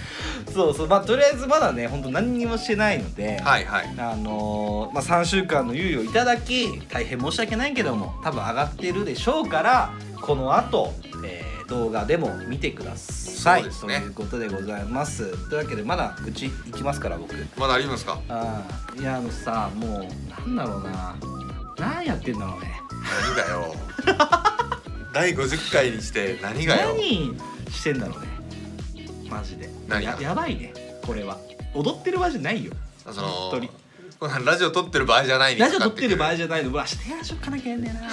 Speaker 2: そうそうまあとりあえずまだね本当何にもしてないので
Speaker 3: はいはい
Speaker 2: あのーまあ、3週間の猶予をいただき大変申し訳ないけども多分上がってるでしょうからこの後、えー動画でも見てください
Speaker 3: そうですね
Speaker 2: ということでございますというわけでまだ愚痴いきますから僕
Speaker 3: まだありますか
Speaker 2: あーいやあのさもうなんだろうな何やってんだろうね
Speaker 3: 何がよ第50回にして何がよ
Speaker 2: 何してんだろうねマジで
Speaker 3: 何が
Speaker 2: ややばいねこれは踊ってる場合じゃないよ
Speaker 3: その
Speaker 2: 本当に
Speaker 3: こんなラジオ撮ってる場合じゃないに
Speaker 2: ラジオ撮ってる場合
Speaker 3: じ
Speaker 2: じゃないのうわしてやしょっかなきゃやんねえな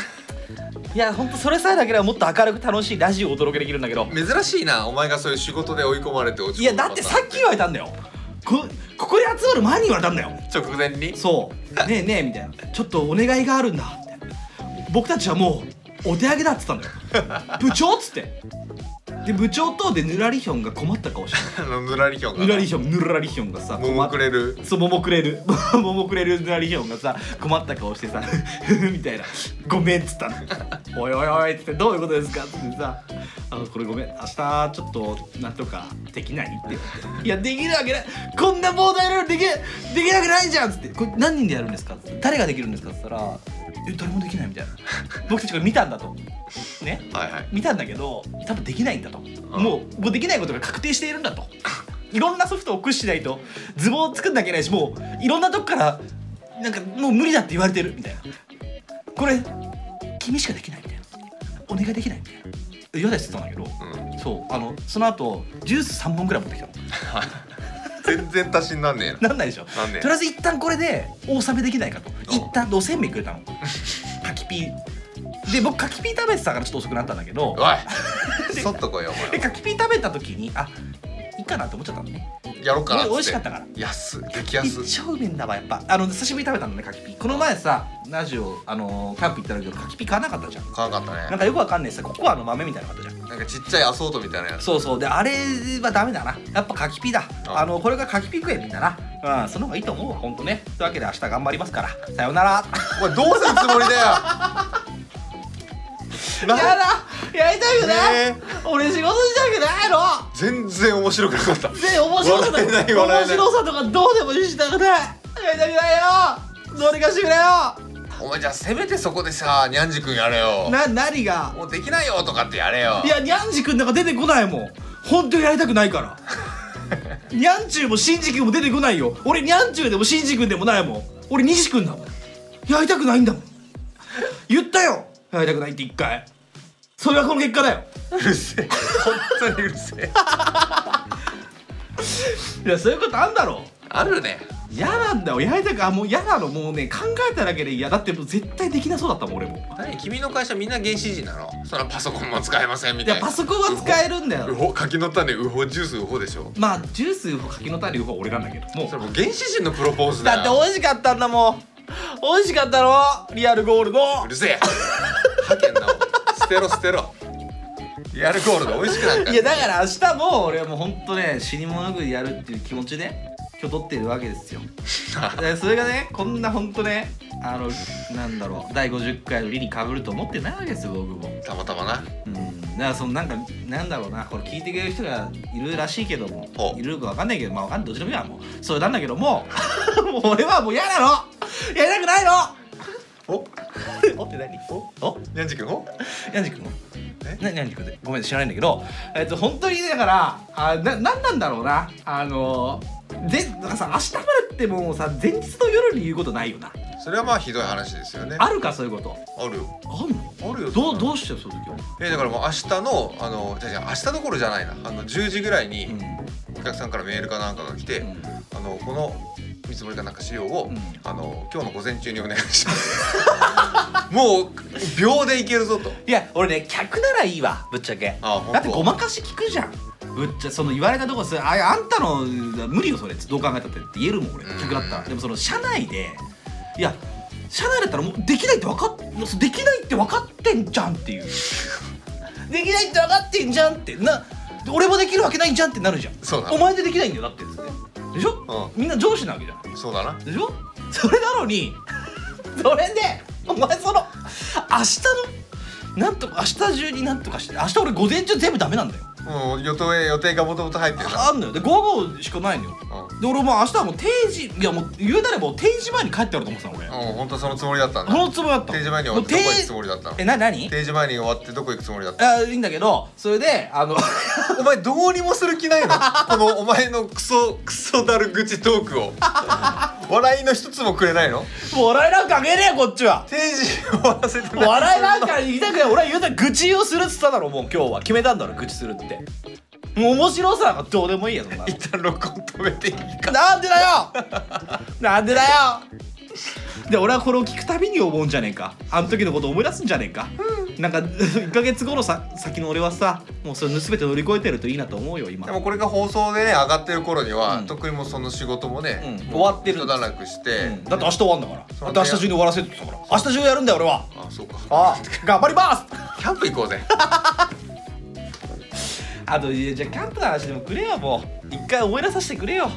Speaker 2: いやほんとそれさえだけではもっと明るく楽しいラジオをお届けできるんだけど
Speaker 3: ゃ珍しいなお前がそういう仕事で追い込まれて落ち込む
Speaker 2: いやだってさっき言われたんだよこここで集まる前に言われたんだよ
Speaker 3: 直前に
Speaker 2: そうねえねえみたいなちょっとお願いがあるんだって僕たちはもうお手上げだっつったんだよ部長っつってで部長とでぬらりひょんが困った顔して
Speaker 3: あのぬらりひょん
Speaker 2: た
Speaker 3: が
Speaker 2: ぬらりひょんぬらりひょんがさ
Speaker 3: ももくれる
Speaker 2: そう、ももくれる、 ももくれるなりひょんがさ、困った顔してさ、 みたいな、ごめんっつったの。おいおいおいっつって、どういうことですかっつってさ、あこれごめん明日ちょっとなんとかできない?」って言われて「いやできるわけないこんな膨大なのできできなくないじゃん」っつって「これ何人でやるんですか?」って誰ができるんですか?」って言ったら「え誰もできない」みたいな僕たちが見たんだとね
Speaker 3: はいはい
Speaker 2: 見たんだけど多分できないんだともうもうできないことが確定しているんだといろんなソフトを駆使しないと図を作んなきゃいけないしもういろんなとこからなんかもう無理だって言われてるみたいなこれ君しかできないみたいなお願いできないみたいな嫌ですって言ってたんだけ
Speaker 3: うん
Speaker 2: どそうあのその後ジュース3本ぐらい持ってきたの
Speaker 3: 全然足しになんねえな
Speaker 2: なんないでしょ
Speaker 3: なんね
Speaker 2: とりあえず一旦これで大納めできないかと一旦おせんべいくれたのカキピーで僕カキピー食べてたからちょっと遅くなったんだけど
Speaker 3: おいそっとこいよお
Speaker 2: で柿ピー食べた時にあいいかなって思っちゃったのね
Speaker 3: 前やろうかなっつ
Speaker 2: 美味しかったから
Speaker 3: 安っ激
Speaker 2: いっ
Speaker 3: 安
Speaker 2: ちゃうめんだわやっぱあの久しぶりに食べたのね柿ピーこの前さラジオあのーキャンプ行ったんだけど柿ピー買わなかったじゃん
Speaker 3: 買わなかった
Speaker 2: なん
Speaker 3: ね
Speaker 2: かよくわかんないさココアの豆みたいなの買ったじゃん
Speaker 3: なんかちっちゃいアソートみたいなやつ
Speaker 2: そうそうであれはダメだなやっぱ柿ピーだ
Speaker 3: あ
Speaker 2: あのこれが柿ピー食えみんななうんその方がいいと思うわほんとねというわけで明日頑張りますからさようなら
Speaker 3: お前どうするつもりだよ
Speaker 2: やだ やりたくない、
Speaker 3: ねえ
Speaker 2: 俺仕事したくないの
Speaker 3: 全然面白くなかった
Speaker 2: ね面白さとか
Speaker 3: 笑えない笑えない
Speaker 2: 面白さとかどうでもしたくないやりたくないよどうにかしてくれよ
Speaker 3: お前じゃあせめてそこでさにゃんじくんやれよ
Speaker 2: な何が
Speaker 3: もうできないよとかってやれよ
Speaker 2: いやにゃんじくんなんか出てこないもん本当にやりたくない からにゃんちゅうもしんじくんも出てこないよ俺にゃんちゅうでもしんじくんでもないもん俺にじくんだもんやりたくないんだもん言ったよやりたくないって一回それはこの結果だよ
Speaker 3: うるせえ本当にうるせえ
Speaker 2: いやそういうことあんだろ
Speaker 3: あるね
Speaker 2: 嫌なんだよやりたくあもう嫌なのもうね考えただけで嫌だってもう絶対できなそうだったもん俺も
Speaker 3: 何君の会社みんな原始人なのそんなパソコンも使えませんみ
Speaker 2: い
Speaker 3: た
Speaker 2: や
Speaker 3: いな
Speaker 2: パソコンは使えるんだ
Speaker 3: う
Speaker 2: よ
Speaker 3: ほ柿の種うほジュースうほでしょ
Speaker 2: まあジュースを柿の種の方は俺なんだけどもう
Speaker 3: それもう原始人のプロポーズだよ
Speaker 2: 美味しかったんだもん美味しかったろリアルゴールド
Speaker 3: うるせえはけんな捨てろ捨てろリアルゴールド美味しくなんか
Speaker 2: いやだから明日も俺はもうほんとね死に物食いやるっていう気持ちで今日取ってるわけ ですよでそれがねこんなほんとねあのなんだろう第50回の理にかぶると思ってないわけですよ僕も
Speaker 3: たまたまな
Speaker 2: うんだからそのなんかなんだろうなこれ聞いてくれる人がいるらしいけども
Speaker 3: お
Speaker 2: いるかわかんないけどまあわかんないどっちでもいいわもうそれなんだけども もう俺はもう嫌なのやりたくない
Speaker 3: お
Speaker 2: のおって何おお
Speaker 3: にゃんじくんお
Speaker 2: ヤンジ君も
Speaker 3: え
Speaker 2: なヤンジ君でごめん知らないんだけどえっと本当にだからあななんなんだろうなあのでなんかさ明日までってもうさ前日の夜に言うことないよな
Speaker 3: それはまあひどい話ですよね
Speaker 2: あるかそういうこと
Speaker 3: あるよ
Speaker 2: あんの
Speaker 3: あるよ
Speaker 2: どうどうしてその時は、
Speaker 3: えだからもう明日のあのじゃあじゃあ明日どころじゃないなあの10時ぐらいに
Speaker 2: う
Speaker 3: お客さんからメールかなんかが来て、
Speaker 2: ん
Speaker 3: あのこの見積もりかなんか資料を、
Speaker 2: うん
Speaker 3: あの今日の午前中にお願いします もう秒でいけるぞと
Speaker 2: いや俺ね客ならいいわぶっちゃけ
Speaker 3: あ本当
Speaker 2: だってごまかし聞くじゃんぶっちゃその言われたとこですああんたの無理よそれどう考えたってって言えるもん俺
Speaker 3: うん
Speaker 2: 客だったらでもその社内でいや社内だったらもうできないって分かっできないって分かってんじゃんっていうできないって分かってんじゃんってな俺もできるわけないじゃんってなるじゃん
Speaker 3: そうだ
Speaker 2: お前でできないんだよだってっつってでしょ、みんな上司なわけじゃん
Speaker 3: そうだな
Speaker 2: でしょそれなのにそれでお前その明日のなんとか明日中になんとかして明日俺午前中全部ダメなんだよ
Speaker 3: もう予定予定がもともと入ってるな
Speaker 2: あんのよで午後しかないのよ
Speaker 3: うん
Speaker 2: で俺もう明日はもう定時いやもう言うなればもう定時前に帰ってやろうと思ってたの俺
Speaker 3: うん本当そのつもりだったん
Speaker 2: そ
Speaker 3: だ
Speaker 2: のつもりだったの
Speaker 3: 定時前に終わってどこ行くつもりだった
Speaker 2: もう定
Speaker 3: の
Speaker 2: えな何
Speaker 3: 定時前に終わってどこ行くつもりだった
Speaker 2: あいいんだけどそれであの
Speaker 3: お前どうにもする気ないのこのお前のクソクソだる愚痴トークを笑いの一つもくれないの
Speaker 2: もう笑いなんかあげねえよこっちは
Speaker 3: 定時終わらせてない
Speaker 2: 笑いなんか言いたくない俺は言うたら愚痴をするっつっただろもう今日は決めたんだろ愚痴するってもう面白さがどうでもいいやそんなの
Speaker 3: 一旦録音止めていいか
Speaker 2: なんでだよなんでだよで俺はこれを聞くたびに思うんじゃねえかあの時のこと思い出すんじゃねえか、なんか1ヶ月後のさ先の俺はさもうそれ全て乗り越えてるといいなと思うよ今
Speaker 3: でもこれが放送でね上がってる頃には、
Speaker 2: うん
Speaker 3: 特にもうその仕事もね、
Speaker 2: うん
Speaker 3: もう
Speaker 2: 終わってる
Speaker 3: 一段落して、
Speaker 2: うんだって明日終わんだから
Speaker 3: そう
Speaker 2: だって明日中に終わらせるって言ってたから明日中やるんだよ俺は
Speaker 3: あそうか
Speaker 2: ああ頑張ります
Speaker 3: キャンプ行こうぜ
Speaker 2: あといやじゃあキャンプの話でもくれよもう一回思い出させてくれよ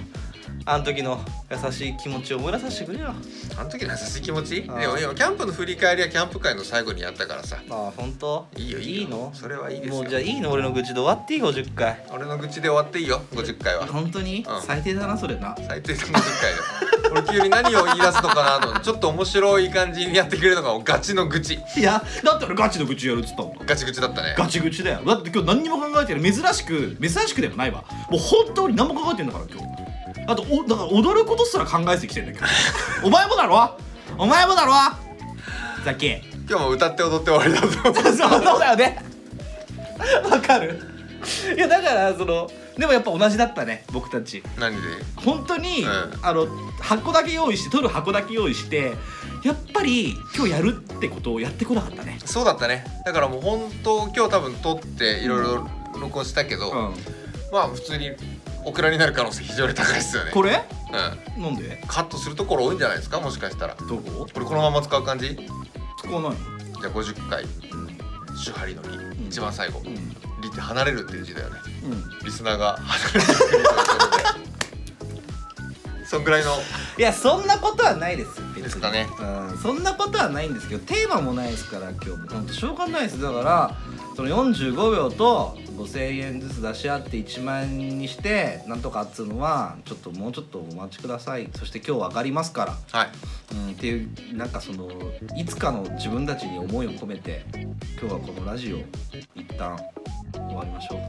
Speaker 6: あの時の優しい気持ちを思い出させてくれよ
Speaker 3: あの時の優しい気持ちで
Speaker 6: あー
Speaker 3: もいやキャンプの振り返りはキャンプ会の最後にやったからさ
Speaker 6: ああ本当
Speaker 3: いいよいいよ
Speaker 6: の
Speaker 3: それはいいですよ
Speaker 6: もうじゃあいいの俺の愚痴で終わっていい50回
Speaker 3: 俺の愚痴で終わっていいよ50回は
Speaker 6: 本当に、
Speaker 3: うん
Speaker 6: 最低だなそれな
Speaker 3: 最低で50回だよ俺急に何を言い出すのかなと思ってちょっと面白い感じにやってくれるのがガチの愚痴
Speaker 6: いやだって俺ガチの愚痴やるっつったもん
Speaker 3: ガチ愚痴だったね
Speaker 6: ガチ口だよだって今日何にも考えてない珍しく珍しくでもないわもう本当に何も考えてんだから今日あとおだから踊ることすら考えてきてんだけど お前もだろお前もだろザキ
Speaker 3: 今日も歌って踊って終わりだと思う
Speaker 6: そうそうだよねわかるいやだからそのでもやっぱ同じだったね僕たち
Speaker 3: 何で
Speaker 6: 本当に、
Speaker 3: うん
Speaker 6: あの箱だけ用意して取る箱だけ用意してやっぱり今日やるってことをやってこなかったね
Speaker 3: そうだったねだからもう本当今日多分撮っていろいろ録音したけど、
Speaker 6: うん
Speaker 3: まあ普通にオクラになる可能性非常に高いですよね
Speaker 6: これ
Speaker 3: う
Speaker 6: なんで
Speaker 3: ん、カットするところ多いんじゃないですかもしかしたら
Speaker 6: どこ
Speaker 3: これこのまま使う感じじ
Speaker 6: 使わないの
Speaker 3: ゃあ50回「手張りのり」
Speaker 6: ん
Speaker 3: 一番最後
Speaker 6: うん
Speaker 3: 「り」って離れるっていう字だよね
Speaker 6: うん
Speaker 3: リスナーが離れるっていうことでそんぐらいの
Speaker 2: いやそんなことはないです別に
Speaker 3: ですかね
Speaker 2: うんそんなことはないんですけどテーマもないですから今日もほんとしょうがないですだからその45秒と5,000円ずつ出し合って1万円にしてなんとかっつうのはちょっともうちょっとお待ちくださいそして今日は上がりますから、
Speaker 3: はい
Speaker 2: うん、っていうなんかそのいつかの自分たちに思いを込めて今日はこのラジオ一旦終わりましょう。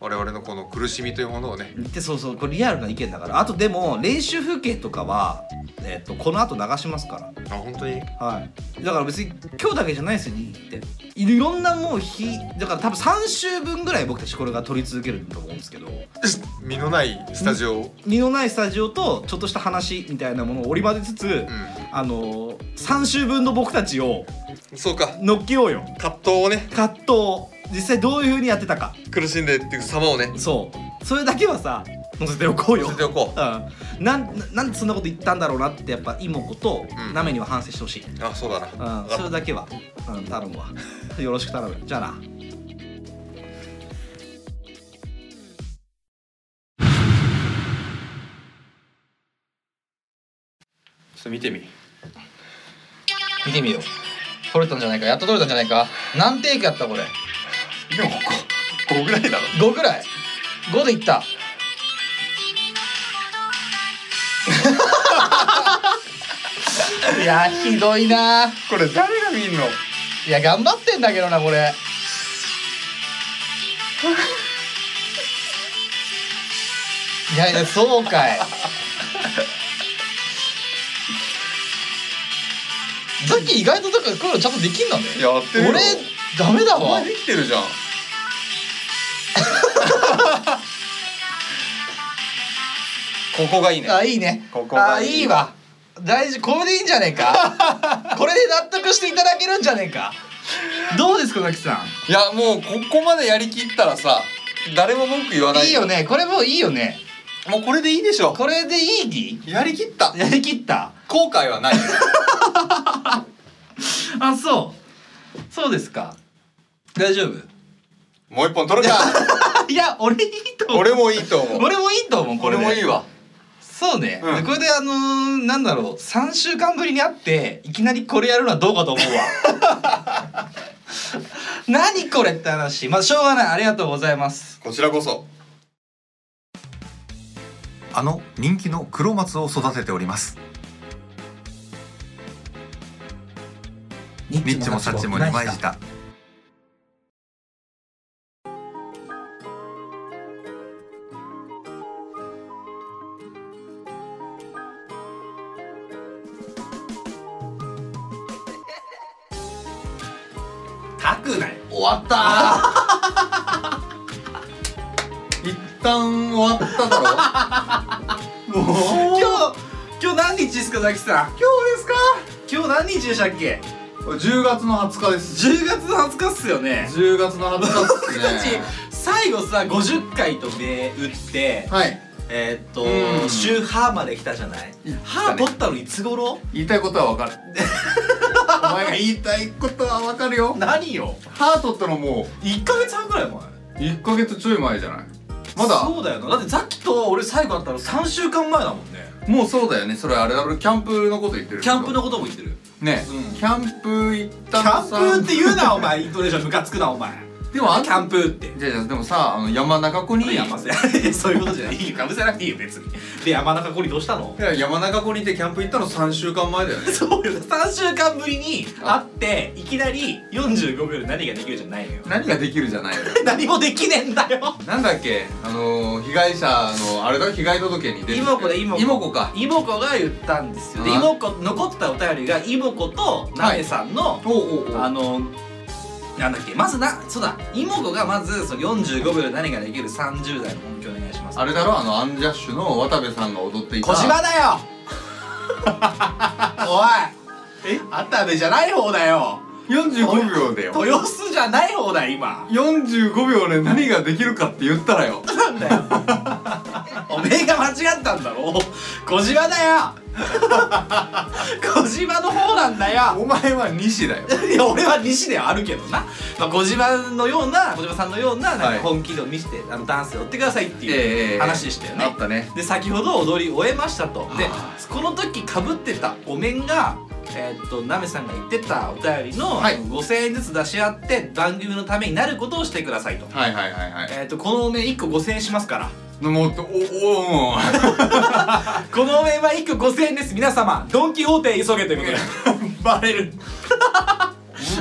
Speaker 3: 我々のこの苦しみというものをね
Speaker 2: でそうそうこれリアルな意見だからあとでも練習風景とかは、えっとこの後流しますか
Speaker 3: あ本当に
Speaker 2: らはいだから別に今日だけじゃないですよいいっていろんなもう日だから多分3週分ぐらい僕たちこれが撮り続けると思うんですけど
Speaker 3: 身のないスタジオを
Speaker 2: 身のないスタジオとちょっとした話みたいなものを織り交ぜつつ、
Speaker 3: う
Speaker 2: あのー、3週分の僕たちを
Speaker 3: んそうか
Speaker 2: 乗っけようよ
Speaker 3: 葛藤をね
Speaker 2: 葛藤実際どういう風にやってたか
Speaker 3: 苦しんでっていう様をね
Speaker 2: そうそれだけはさ載せておこうよ
Speaker 3: 見せておこ
Speaker 2: うんなんななんでそんなこと言ったんだろうなってやっぱイモコと
Speaker 3: うん
Speaker 2: ナメには反省してほしい、うん
Speaker 3: うあそうだなわかっ
Speaker 2: それだけは、うん、頼むわ よろしく頼むじゃあな
Speaker 3: ちょっと見てみ
Speaker 2: 見てみよう取れたんじゃないかやっと取れたんじゃないか何テイクやったこれ
Speaker 3: でもこここぐらいだろ
Speaker 2: 5ぐらい5でいった いやひどいな
Speaker 3: これ誰が見んの
Speaker 2: いや頑張ってんだけどなこれいやいやそうか いザッキー意外とだからこういうのちゃんとできんなんだよ
Speaker 3: やってるよ
Speaker 2: 俺ダメだ
Speaker 3: お
Speaker 2: わ
Speaker 3: 前できてるじゃん ここがいいね
Speaker 2: あいいね
Speaker 3: ここが
Speaker 2: あ
Speaker 3: いい
Speaker 2: いいわ大事これでいいんじゃねえ かこれで納得していただけるんじゃねえかどうですかザキさ
Speaker 3: いやもうここまでやりきったらさ誰も文句言わなんい
Speaker 2: いいよねこれもういいよね
Speaker 3: もうこれでいいでしょ
Speaker 2: これでいい
Speaker 3: やりきった
Speaker 2: やりきった
Speaker 3: 後悔はない
Speaker 2: あそうそうですか大丈夫
Speaker 3: もう一本取 るか
Speaker 2: いや俺いいと思う
Speaker 3: 俺もいいと思う
Speaker 2: 俺もいいと思うこ
Speaker 3: 俺
Speaker 2: れ
Speaker 3: もいい
Speaker 2: わ
Speaker 3: わ
Speaker 2: そうね、
Speaker 3: うん
Speaker 2: でこれであのー、なんだろう3週間ぶりに会っていきなりこれやるのはどうかと思うわ 何これって話まあしょうがないありがとうございます
Speaker 3: こちらこそ
Speaker 5: あの人気の黒松を育てておりますニッチもサッチも二枚舌
Speaker 6: たくない
Speaker 3: 終わった 一旦終わっただろ
Speaker 2: 今
Speaker 6: 今
Speaker 2: 日
Speaker 6: 日
Speaker 2: 今日何日ですかザキさん今日ですか今日何日でしたっけ
Speaker 3: 10月の20日です
Speaker 2: 10月の20日っすよね
Speaker 3: 10月の20日
Speaker 2: 僕
Speaker 3: で
Speaker 2: た
Speaker 3: す
Speaker 2: ち
Speaker 3: ね
Speaker 2: 最後さ50回と目打って
Speaker 3: はい
Speaker 2: えーっ
Speaker 3: う
Speaker 2: と
Speaker 3: ん
Speaker 2: 週ハーまで来たじゃない
Speaker 3: 来たね
Speaker 2: ハー取ったのいつ頃
Speaker 3: 言いたいことはわかるお前が言いたいことはわかるよ
Speaker 2: 何よ
Speaker 3: ハートってのはも
Speaker 2: 1ヶ月半ぐらい前
Speaker 3: う1ヶ月ちょい前じゃないまだ
Speaker 2: そうだよなだってザキと俺最後会ったの3週間前だもんね
Speaker 3: もうそうだよねそれあれあれキャンプのこと言ってる
Speaker 6: キャンプのことも言ってる
Speaker 3: ね、
Speaker 6: うん
Speaker 3: キャンプ行っ
Speaker 6: キ
Speaker 3: た
Speaker 6: ャ
Speaker 3: のさ
Speaker 6: ンプって言うなお前イントネーションムカつくなお前
Speaker 3: でもあん
Speaker 6: キャンプって
Speaker 3: じゃあじゃあでもさあの山中湖に
Speaker 6: いやまあいやそういうことじゃないいいよかぶせなくていいよ別にで山中湖にどうしたの
Speaker 3: いや山中湖に行ってキャンプ行ったの3週間前だよね
Speaker 6: そうよ3週間ぶりに会っていきなり45秒で何ができるじゃないのよ
Speaker 3: 何ができるじゃないよ
Speaker 6: 何もできねえんだよ
Speaker 3: なんだっけ あのー被害者のあれだ被害届に出て
Speaker 6: 妹子だ妹子
Speaker 3: 妹子か
Speaker 6: 妹子が言ったんですよで
Speaker 3: ああ
Speaker 6: 妹子残ったお便りが妹子となめさんの、
Speaker 3: おうおうおう
Speaker 6: あのなんだっけまずなそうだ妹子がまずその45秒で何ができる30代の音響お願いします
Speaker 3: あれだろあのアンジャッシュの渡部さんが踊っていた
Speaker 6: 小島だよ おいえ渡部じゃない方だよ
Speaker 3: 45秒だよ
Speaker 6: 豊洲じゃない方だよ今
Speaker 3: 45秒で何ができるかって言ったらよ
Speaker 6: なんだよおめえが間違ったんだろ小島だ よ小島の方なんだよ
Speaker 3: お前は西だよ
Speaker 6: いや俺は西ではあるけどな、まあ、小島のような小島さんのようななん
Speaker 3: は
Speaker 6: か
Speaker 3: い
Speaker 6: 本気度を見せて、あのダンスやってくださいって
Speaker 3: え
Speaker 6: い
Speaker 3: え
Speaker 6: う話でしたよね、
Speaker 3: あったね
Speaker 6: で先ほど踊り終えましたとでこの時かぶってたお面がえーっとなめさんが言ってたお便りの、
Speaker 3: はい
Speaker 6: 5,000円ずつ出し合って番組のためになることをしてくださいと,、
Speaker 3: はいはいはいはい
Speaker 6: えーっとこのお面1個5,000円しますから
Speaker 3: もうおおお
Speaker 6: このお面は1個5,000円です皆様ドン・キホーテへ急げということで バレる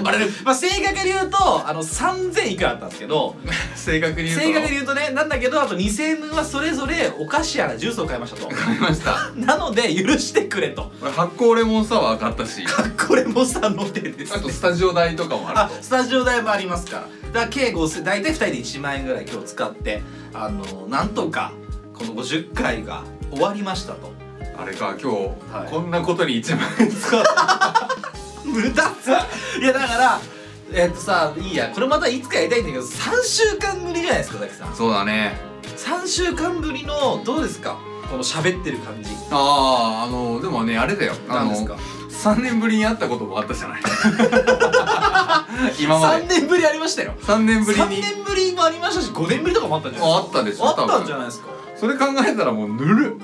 Speaker 6: バレる、まあ、正確に言うとあの3,000いくらだったんですけど
Speaker 3: 正確に言うと
Speaker 6: 正確に言うとねなんだけどあと2,000円はそれぞれお菓子やらジュースを買いましたと
Speaker 3: 買いました
Speaker 6: なので許してくれと
Speaker 3: 俺発酵レモンサワー買ったし
Speaker 6: これもさの手です
Speaker 3: あとスタジオ代とかもあ
Speaker 6: あ
Speaker 3: ると
Speaker 6: スタジオ代もありますからだから計5000大体2人で1万円ぐらい今日使ってあのなんとかこの50回が終わりましたと
Speaker 3: あれか今日、
Speaker 6: はい
Speaker 3: こんなことに1万円使う
Speaker 6: 無駄っすいやだからえっとさいいやこれまたいつかやりたいんだけど3週間ぶりじゃないですかザキさん
Speaker 3: そうだね
Speaker 6: 3週間ぶりのどうですかこの喋ってる感じ
Speaker 3: あああのでもねあれだよあ
Speaker 6: なん
Speaker 3: の
Speaker 6: ですか
Speaker 3: 3年ぶりに会ったこともあったじゃない今ま
Speaker 6: 3
Speaker 3: で
Speaker 6: 年ぶりありましたよ
Speaker 3: 3年ぶり
Speaker 6: 3
Speaker 3: に
Speaker 6: 年ぶりもありましたし5年ぶりとかもあったんじゃない
Speaker 3: あ
Speaker 6: で
Speaker 3: あったですし
Speaker 6: か
Speaker 3: ょ
Speaker 6: あったんじゃない
Speaker 3: 多分
Speaker 6: ですか
Speaker 3: それ考えたらもうぬる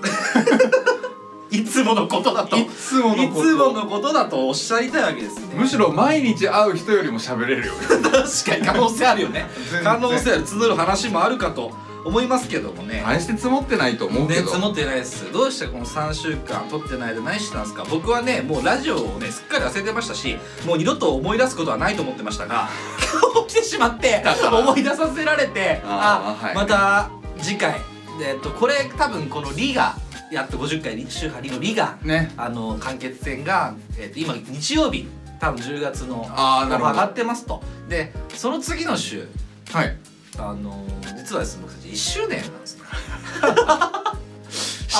Speaker 6: いつものことだと
Speaker 3: いつもの
Speaker 6: い
Speaker 3: こと
Speaker 6: つものことだとおっしゃりたいわけですね
Speaker 3: むしろ毎日会う人よりも喋れるよ
Speaker 6: 確かに可能性あるよね
Speaker 3: 全然
Speaker 6: 可能性ある募る話もあるかと思いますけどもね
Speaker 3: 大して積もってないと思うけ
Speaker 6: 熱
Speaker 3: ど
Speaker 6: 持ってないですどうしてこの3週間撮ってない間何してたんですか僕はねもうラジオをねすっかり忘れてましたしもう二度と思い出すことはないと思ってましたが 今日来てしまって思い出させられてあ
Speaker 3: あーはい
Speaker 6: また次回でえっとこれ多分この「リ」がやっと50回週波リの「リ」が
Speaker 3: ね
Speaker 6: あの完結戦が、えっと今日曜日多分10月の
Speaker 3: あーなるほど
Speaker 6: 上がってますとでその次の週
Speaker 3: はい
Speaker 6: あのー、実はですね僕たち1周年なんですよ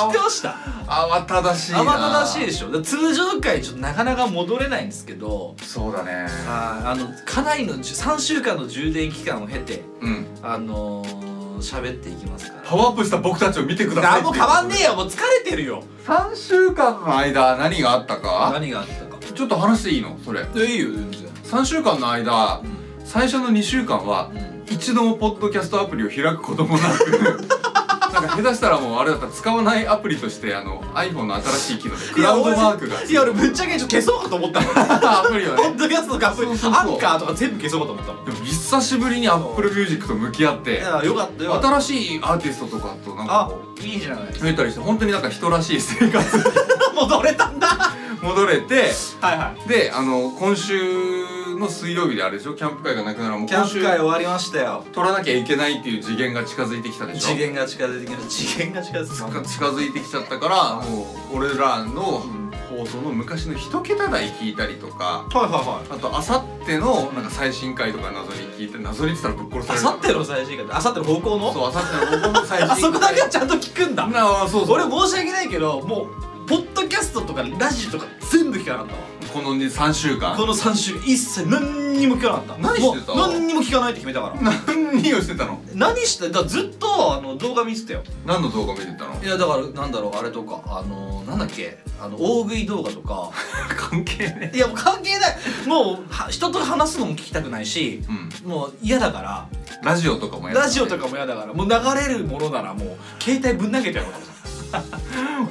Speaker 6: 知ってました
Speaker 3: 慌ただしいな
Speaker 6: 慌ただしいでしょだから通常回ちょっとなかなか戻れないんですけど
Speaker 3: そうだね
Speaker 6: あーあのかなりのじゅ3週間の充電期間を経て
Speaker 3: うん
Speaker 6: あのー、喋っていきますから
Speaker 3: パワーアップした僕たちを見てください
Speaker 6: 何も変わんねえよもう疲れてるよ
Speaker 3: 3週間の間何があったか
Speaker 6: 何があったか
Speaker 3: ちょっと話していいのそれ
Speaker 6: えいいよ全然
Speaker 3: 3週間の間
Speaker 6: うん
Speaker 3: 最初の2週間は
Speaker 6: うん
Speaker 3: 一度もポッドキャストアプリを開くこともな くなんか下手したらもうあれだったら使わないアプリとしてあの iPhone の新しい機能でクラウドマークが
Speaker 6: いや俺ぶっちゃけちょっと消そうかと思ったの
Speaker 3: アプリを
Speaker 6: ポッ
Speaker 3: ね
Speaker 6: ドキャストとかそういう
Speaker 3: そうそうそう
Speaker 6: アンカーとか全部消そうかと思ったもん
Speaker 3: でも久しぶりに Apple Music と向き合って
Speaker 6: いやよかったよかった
Speaker 3: 新しいアーティストとかとなんか
Speaker 6: あ
Speaker 3: こ
Speaker 6: いいじゃないです
Speaker 3: う増えたりして本当になんか人らしい生活に
Speaker 6: か戻れたんだは
Speaker 3: 戻れて
Speaker 6: いはい
Speaker 3: であの今週の水曜日であれでしょキャンプ会がなくなるもう
Speaker 6: キャ
Speaker 3: 今
Speaker 6: ン
Speaker 3: 週
Speaker 6: プ会終わりましたよ
Speaker 3: 取らなきゃいけないっていう次元が近づいてきたでしょ
Speaker 6: 次元が近づいてきました次元が近づいてきま
Speaker 3: が
Speaker 6: し
Speaker 3: 近づいてきちゃったからもう俺らの放送の昔の一桁台聞いたりとか
Speaker 6: たはいはいはい
Speaker 3: あとあさってのなんか最新回とか謎に聞いて謎にって言ったらぶっ殺
Speaker 6: あ
Speaker 3: される
Speaker 6: さっての最新回あさっての方向の
Speaker 3: そうあさっての放送の最新
Speaker 6: あ
Speaker 3: 回
Speaker 6: そこだけはちゃんと聞くんだ
Speaker 3: なあそうそう
Speaker 6: 俺申し訳ないけどもうポッドキャストとかラジオとか全部聞かなかったわ
Speaker 3: この3週間
Speaker 6: この3週一切何にも聞かなかった
Speaker 3: 何してた
Speaker 6: もう何にも聞かないって決めたから
Speaker 3: 何をしてたの
Speaker 6: 何してだからずっとあの動画見てたよ
Speaker 3: 何の動画見てたの
Speaker 6: いやだからなんだろうあれとかあのなんだっけあの大食い動画と か
Speaker 3: 関係ね
Speaker 6: いやもう関係ないもうは人と話すのも聞きたくないし
Speaker 3: うん
Speaker 6: もう嫌だから
Speaker 3: ラジオとかもやってたね
Speaker 6: ラジオとかも嫌だからもう流れるものならもう携帯ぶん投げてやろうと思っ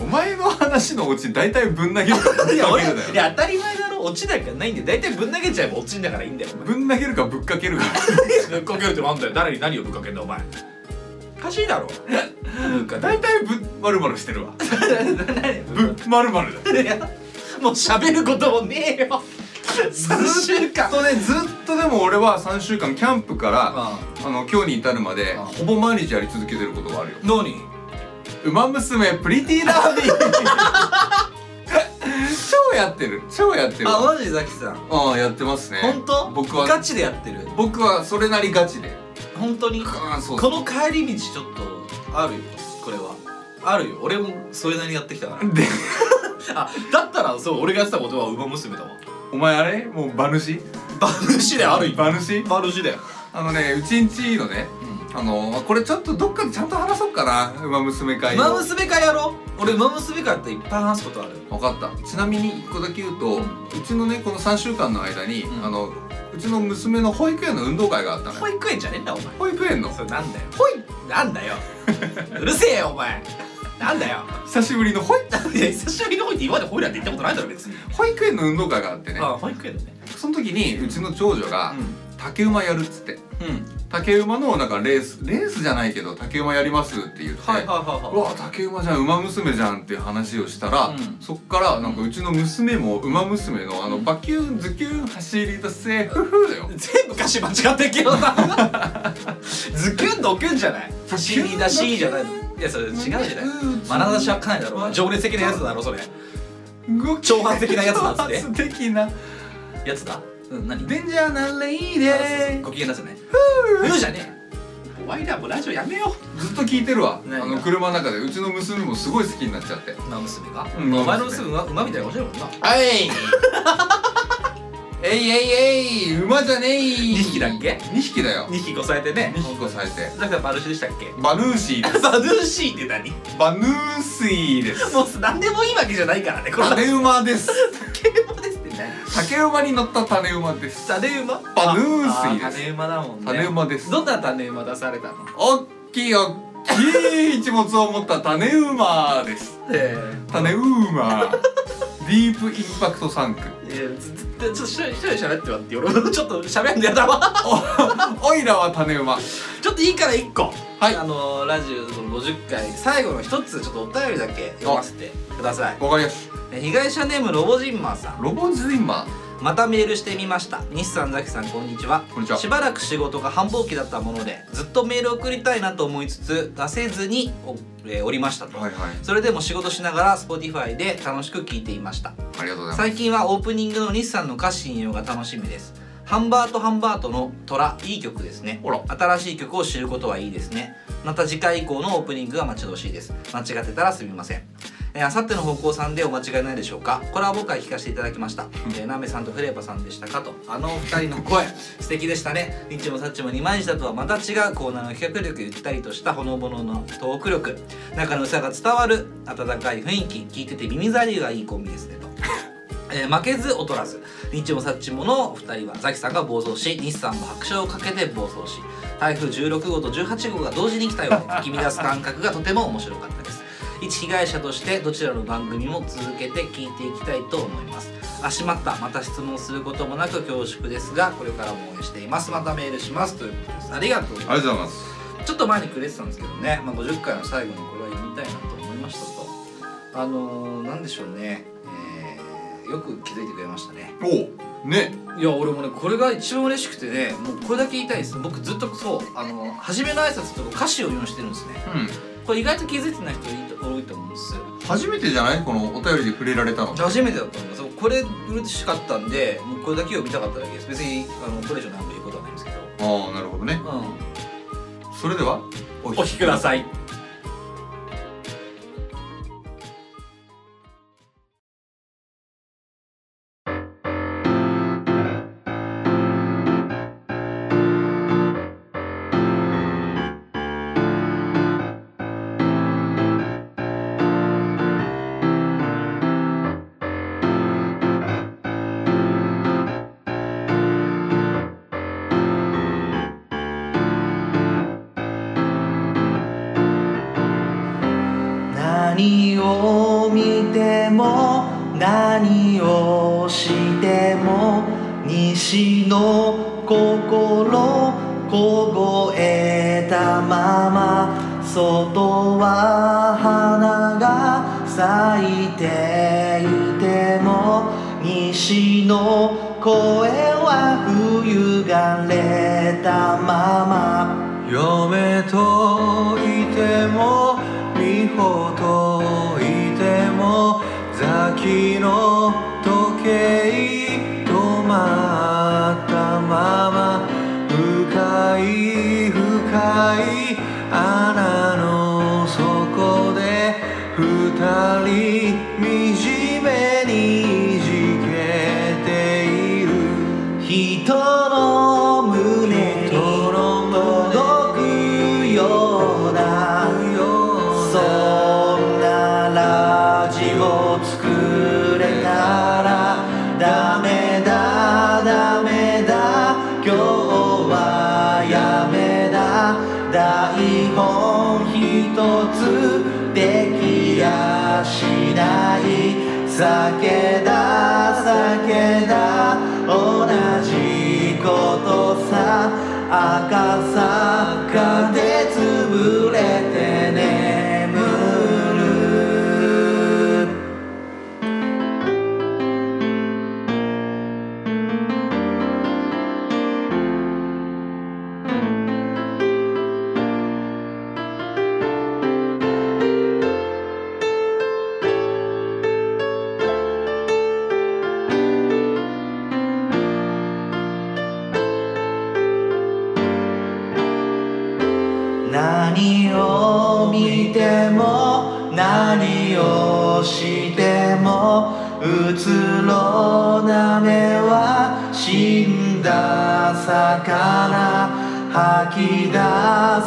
Speaker 3: お前の話のオチ大体ぶん投 げるかぶっかけ
Speaker 2: い
Speaker 3: る
Speaker 2: や俺
Speaker 3: だよ
Speaker 2: いや当たり前だろ落ちなんかないんで大体ぶん投げちゃえば落ちんだからいいんだよお前
Speaker 3: ぶん投げるかぶっかけるか
Speaker 2: ぶっかけるってなんだよ誰に何をぶっかけんだお前おかしいだろぶっかけ
Speaker 3: 大体 ぶっまるまるし てるわぶっまるまるだ
Speaker 2: いやもう喋ることもねえよ3週間
Speaker 3: とねずっとでも俺は3週間キャンプからあの今日に至るまで
Speaker 2: あ
Speaker 3: ほぼ毎日やり続けてることがあるよ
Speaker 2: 何
Speaker 3: ウマ娘プリティダービ ー超やってる超やってるわ
Speaker 2: マジでザキさん
Speaker 3: うんやってますね
Speaker 2: 本当
Speaker 3: 僕
Speaker 2: ガ
Speaker 3: は
Speaker 2: チでやってる
Speaker 3: 僕はそれなりガチで
Speaker 2: 本当に
Speaker 3: カーンそう
Speaker 2: この帰り道ちょっとあるよこれはあるよ俺もそれなりにやってきたから
Speaker 3: で
Speaker 2: あだったらそう俺がやってたことは馬娘だわ
Speaker 3: お前あれもう馬主
Speaker 2: 馬主であるよ
Speaker 3: 馬主
Speaker 2: 馬主だよ
Speaker 3: あのねうちんちのね、あのこれちょっとどっかでちゃんと話そうかなウマ娘会を
Speaker 2: 馬娘会やろう俺馬娘会っていっぱい話すことある
Speaker 3: 分かったちなみに1個だけ言うと、うちのねこの3週間の間に、
Speaker 2: うん
Speaker 3: あのうちの娘の保育園の運動会があったのよ
Speaker 2: 保育園じゃねえんだお前
Speaker 3: 保育園の
Speaker 2: それなんだよほいなんだようるせえよお前なんだよ
Speaker 3: 久しぶりの 保育
Speaker 2: いや久しぶりのほいって今までホイラって言ったことないだろ別に
Speaker 3: 保育園の運動会があってね
Speaker 2: ああ保育園だね
Speaker 3: その時にうちの長女が竹馬やるっつって
Speaker 2: うん
Speaker 3: 竹馬のなんかレースレースじゃないけど竹馬やりますって言って、
Speaker 2: はいはいは
Speaker 3: うわ竹馬じゃん馬娘じゃんっていう話をしたら、
Speaker 2: うん
Speaker 3: そっからなんかうちの娘も馬娘のあのバキュンズキュン走り出せフフだよ
Speaker 2: いはい全部歌詞間違ってっけどなズキュンドキュンじゃない走り出しじゃないいやそれ違うじゃない眼差しはかないだろお前情熱的なやつだろそれ
Speaker 3: 動き
Speaker 2: 挑発的なやつだっつって
Speaker 3: 挑発的な
Speaker 2: やつだうん何
Speaker 3: デンジャーなレイ
Speaker 2: そうそう
Speaker 3: デ
Speaker 2: ご機嫌だぜねふうじゃねえお前らもうラジオやめよう
Speaker 3: ーずっと聞いてるわあ
Speaker 2: 何が
Speaker 3: の車の中でうちの娘もすごい好きになっちゃって
Speaker 2: 馬娘が
Speaker 3: うん
Speaker 2: お前の娘は馬みたいな顔してるもんな
Speaker 3: はいえいえいえい馬じゃねえ
Speaker 2: 二匹だっけ
Speaker 3: 2匹だよ
Speaker 2: 2匹こさえてね
Speaker 3: 2匹こさえて
Speaker 2: だから馬主でしたっけ
Speaker 3: バヌーシーです
Speaker 2: バヌーシーって何
Speaker 3: バヌーシー です
Speaker 2: もう何でもいいわけじゃないからねこれ
Speaker 3: 種馬です
Speaker 2: 竹馬ですって何
Speaker 3: 竹馬に乗った種馬です
Speaker 2: 種馬
Speaker 3: バヌーシー
Speaker 2: あ
Speaker 3: です
Speaker 2: 種馬だもんね
Speaker 3: 種馬です
Speaker 2: どんな種馬出されたの
Speaker 3: おっきいおっきい一物を持った種馬 です
Speaker 2: え
Speaker 3: 種馬ディープインパクトサンク
Speaker 2: えいやずずずちょっと一人一人で喋ってわって俺も ちょっと喋るんだよだわ
Speaker 3: お いらは種馬
Speaker 2: ちょっといいから一個
Speaker 3: はい
Speaker 2: あのーラジオの50回最後の一つちょっとお便りだけ読ませてください
Speaker 3: わかりやす
Speaker 2: え被害者ネームロボジンマーさん
Speaker 3: ロボズインマ
Speaker 2: またメールしてみました西さんザキさんこんにちは
Speaker 3: こんにちは
Speaker 2: しばらく仕事が繁忙期だったものでずっとメール送りたいなと思いつつ出せずにお,、えーおりましたと、
Speaker 3: はいはい
Speaker 2: それでも仕事しながら Spotify で楽しく聞いていました
Speaker 3: ありがとうございます
Speaker 2: 最近はオープニングの西さんの歌詞引用が楽しみですハンバートハンバートの虎いい曲ですね
Speaker 3: ほら
Speaker 2: 新しい曲を知ることはいいですねまた次回以降のオープニングが待ち遠しいです間違ってたらすみませんえーあさっての方向さんでお間違いないでしょうかコラボ会聞かせていただきました、えー、ナメさんとフレーパさんでしたかとあのお二人の声素敵でしたねリッチもサッチも二枚舌とはまた違うコーナーの企画力ゆったりとしたほのぼののトーク力仲の良さが伝わる温かい雰囲気聞いてて耳障りがいいコンビですね とえー負けず劣らず日もサッチものお二人はザキさんが暴走し日さんも拍車をかけて暴走し台風16号と18号が同時に来たようにかき乱す感覚がとても面白かったです一被害者としてどちらの番組も続けて聞いていきたいと思いますあしまったまた質問することもなく恐縮ですがこれからも応援していますまたメールしますということですありがとうござい
Speaker 3: あ
Speaker 2: ま
Speaker 3: り
Speaker 2: す
Speaker 3: がとうございます
Speaker 2: ちょっと前にくれてたんですけどね、まあ、50回の最後にこれは読みたいなと思いましたとあのー、なんでしょうね、えーよく気づいてくれましたね
Speaker 3: おうね
Speaker 2: いや俺もねこれが一番嬉しくてねもうこれだけ言いたいです僕ずっとそうあの初めの挨拶とか歌詞を用意してるんですね
Speaker 3: うん
Speaker 2: これ意外と気づいてない人いいと多いと思うんです
Speaker 3: 初めてじゃないこのお便りで触れられたの
Speaker 2: 初めてだったんですこれ嬉しかったんでもうこれだけ読みたかっただけです別にあのこれ以上何も言うことはないんですけど
Speaker 3: ああなるほどね
Speaker 2: うん
Speaker 3: それではお
Speaker 2: お聞きくだ
Speaker 3: い
Speaker 2: さい
Speaker 3: 「
Speaker 7: 何を見ても何をしても西の心凍えたまま外は花が咲いていても西の声は冬がれたまま嫁といても美穂といてもザキの時計止まったまま深い深い穴の底で二人惨めにいじけている人の胸に届くようなそんなラジオ作れたらダメだダメだ今日はやめだ台本一つできやしない酒だ酒だ同じことさ赤坂で潰れて眠る何を見ても何をしてもうつろな目は死んだ魚吐き出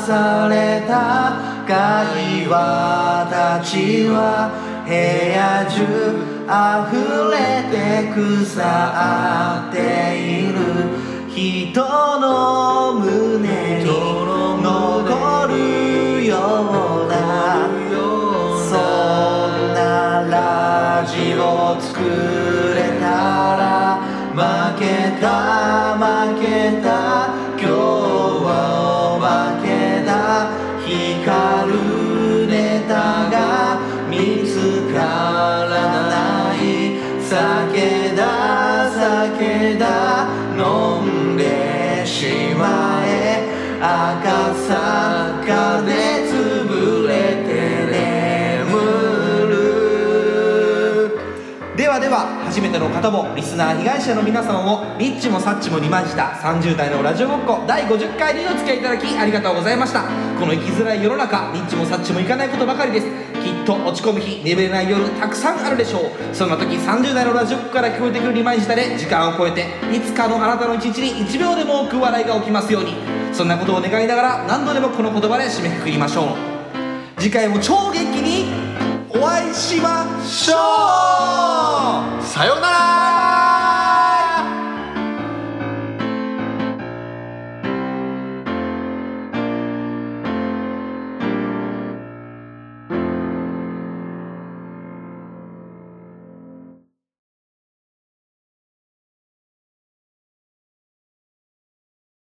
Speaker 7: された会話たちは部屋中溢れて腐っている人の胸に残るようなそんなラジオ作れたら負けた負けた今日は負けだ光るネタが見つからない酒だ酒だ飲んでしまえ赤坂で潰れて眠るではでは初めての方もリスナー被害者の皆さんをニッチもサッチもにまじた30代のラジオごっこ第50回にお付き合いいただきありがとうございましたこの生きづらい世の中ニッチもサッチもいかないことばかりですきっと落ち込む日眠れない夜たくさんあるでしょうそんな時30代のラジオっ子から聞こえてくるリマイジタで時間を超えていつかのあなたの一日に1秒でも多く笑いが起きますようにそんなことを願いながら何度でもこの言葉で締めくくりましょう次回も超元気にお会いしましょう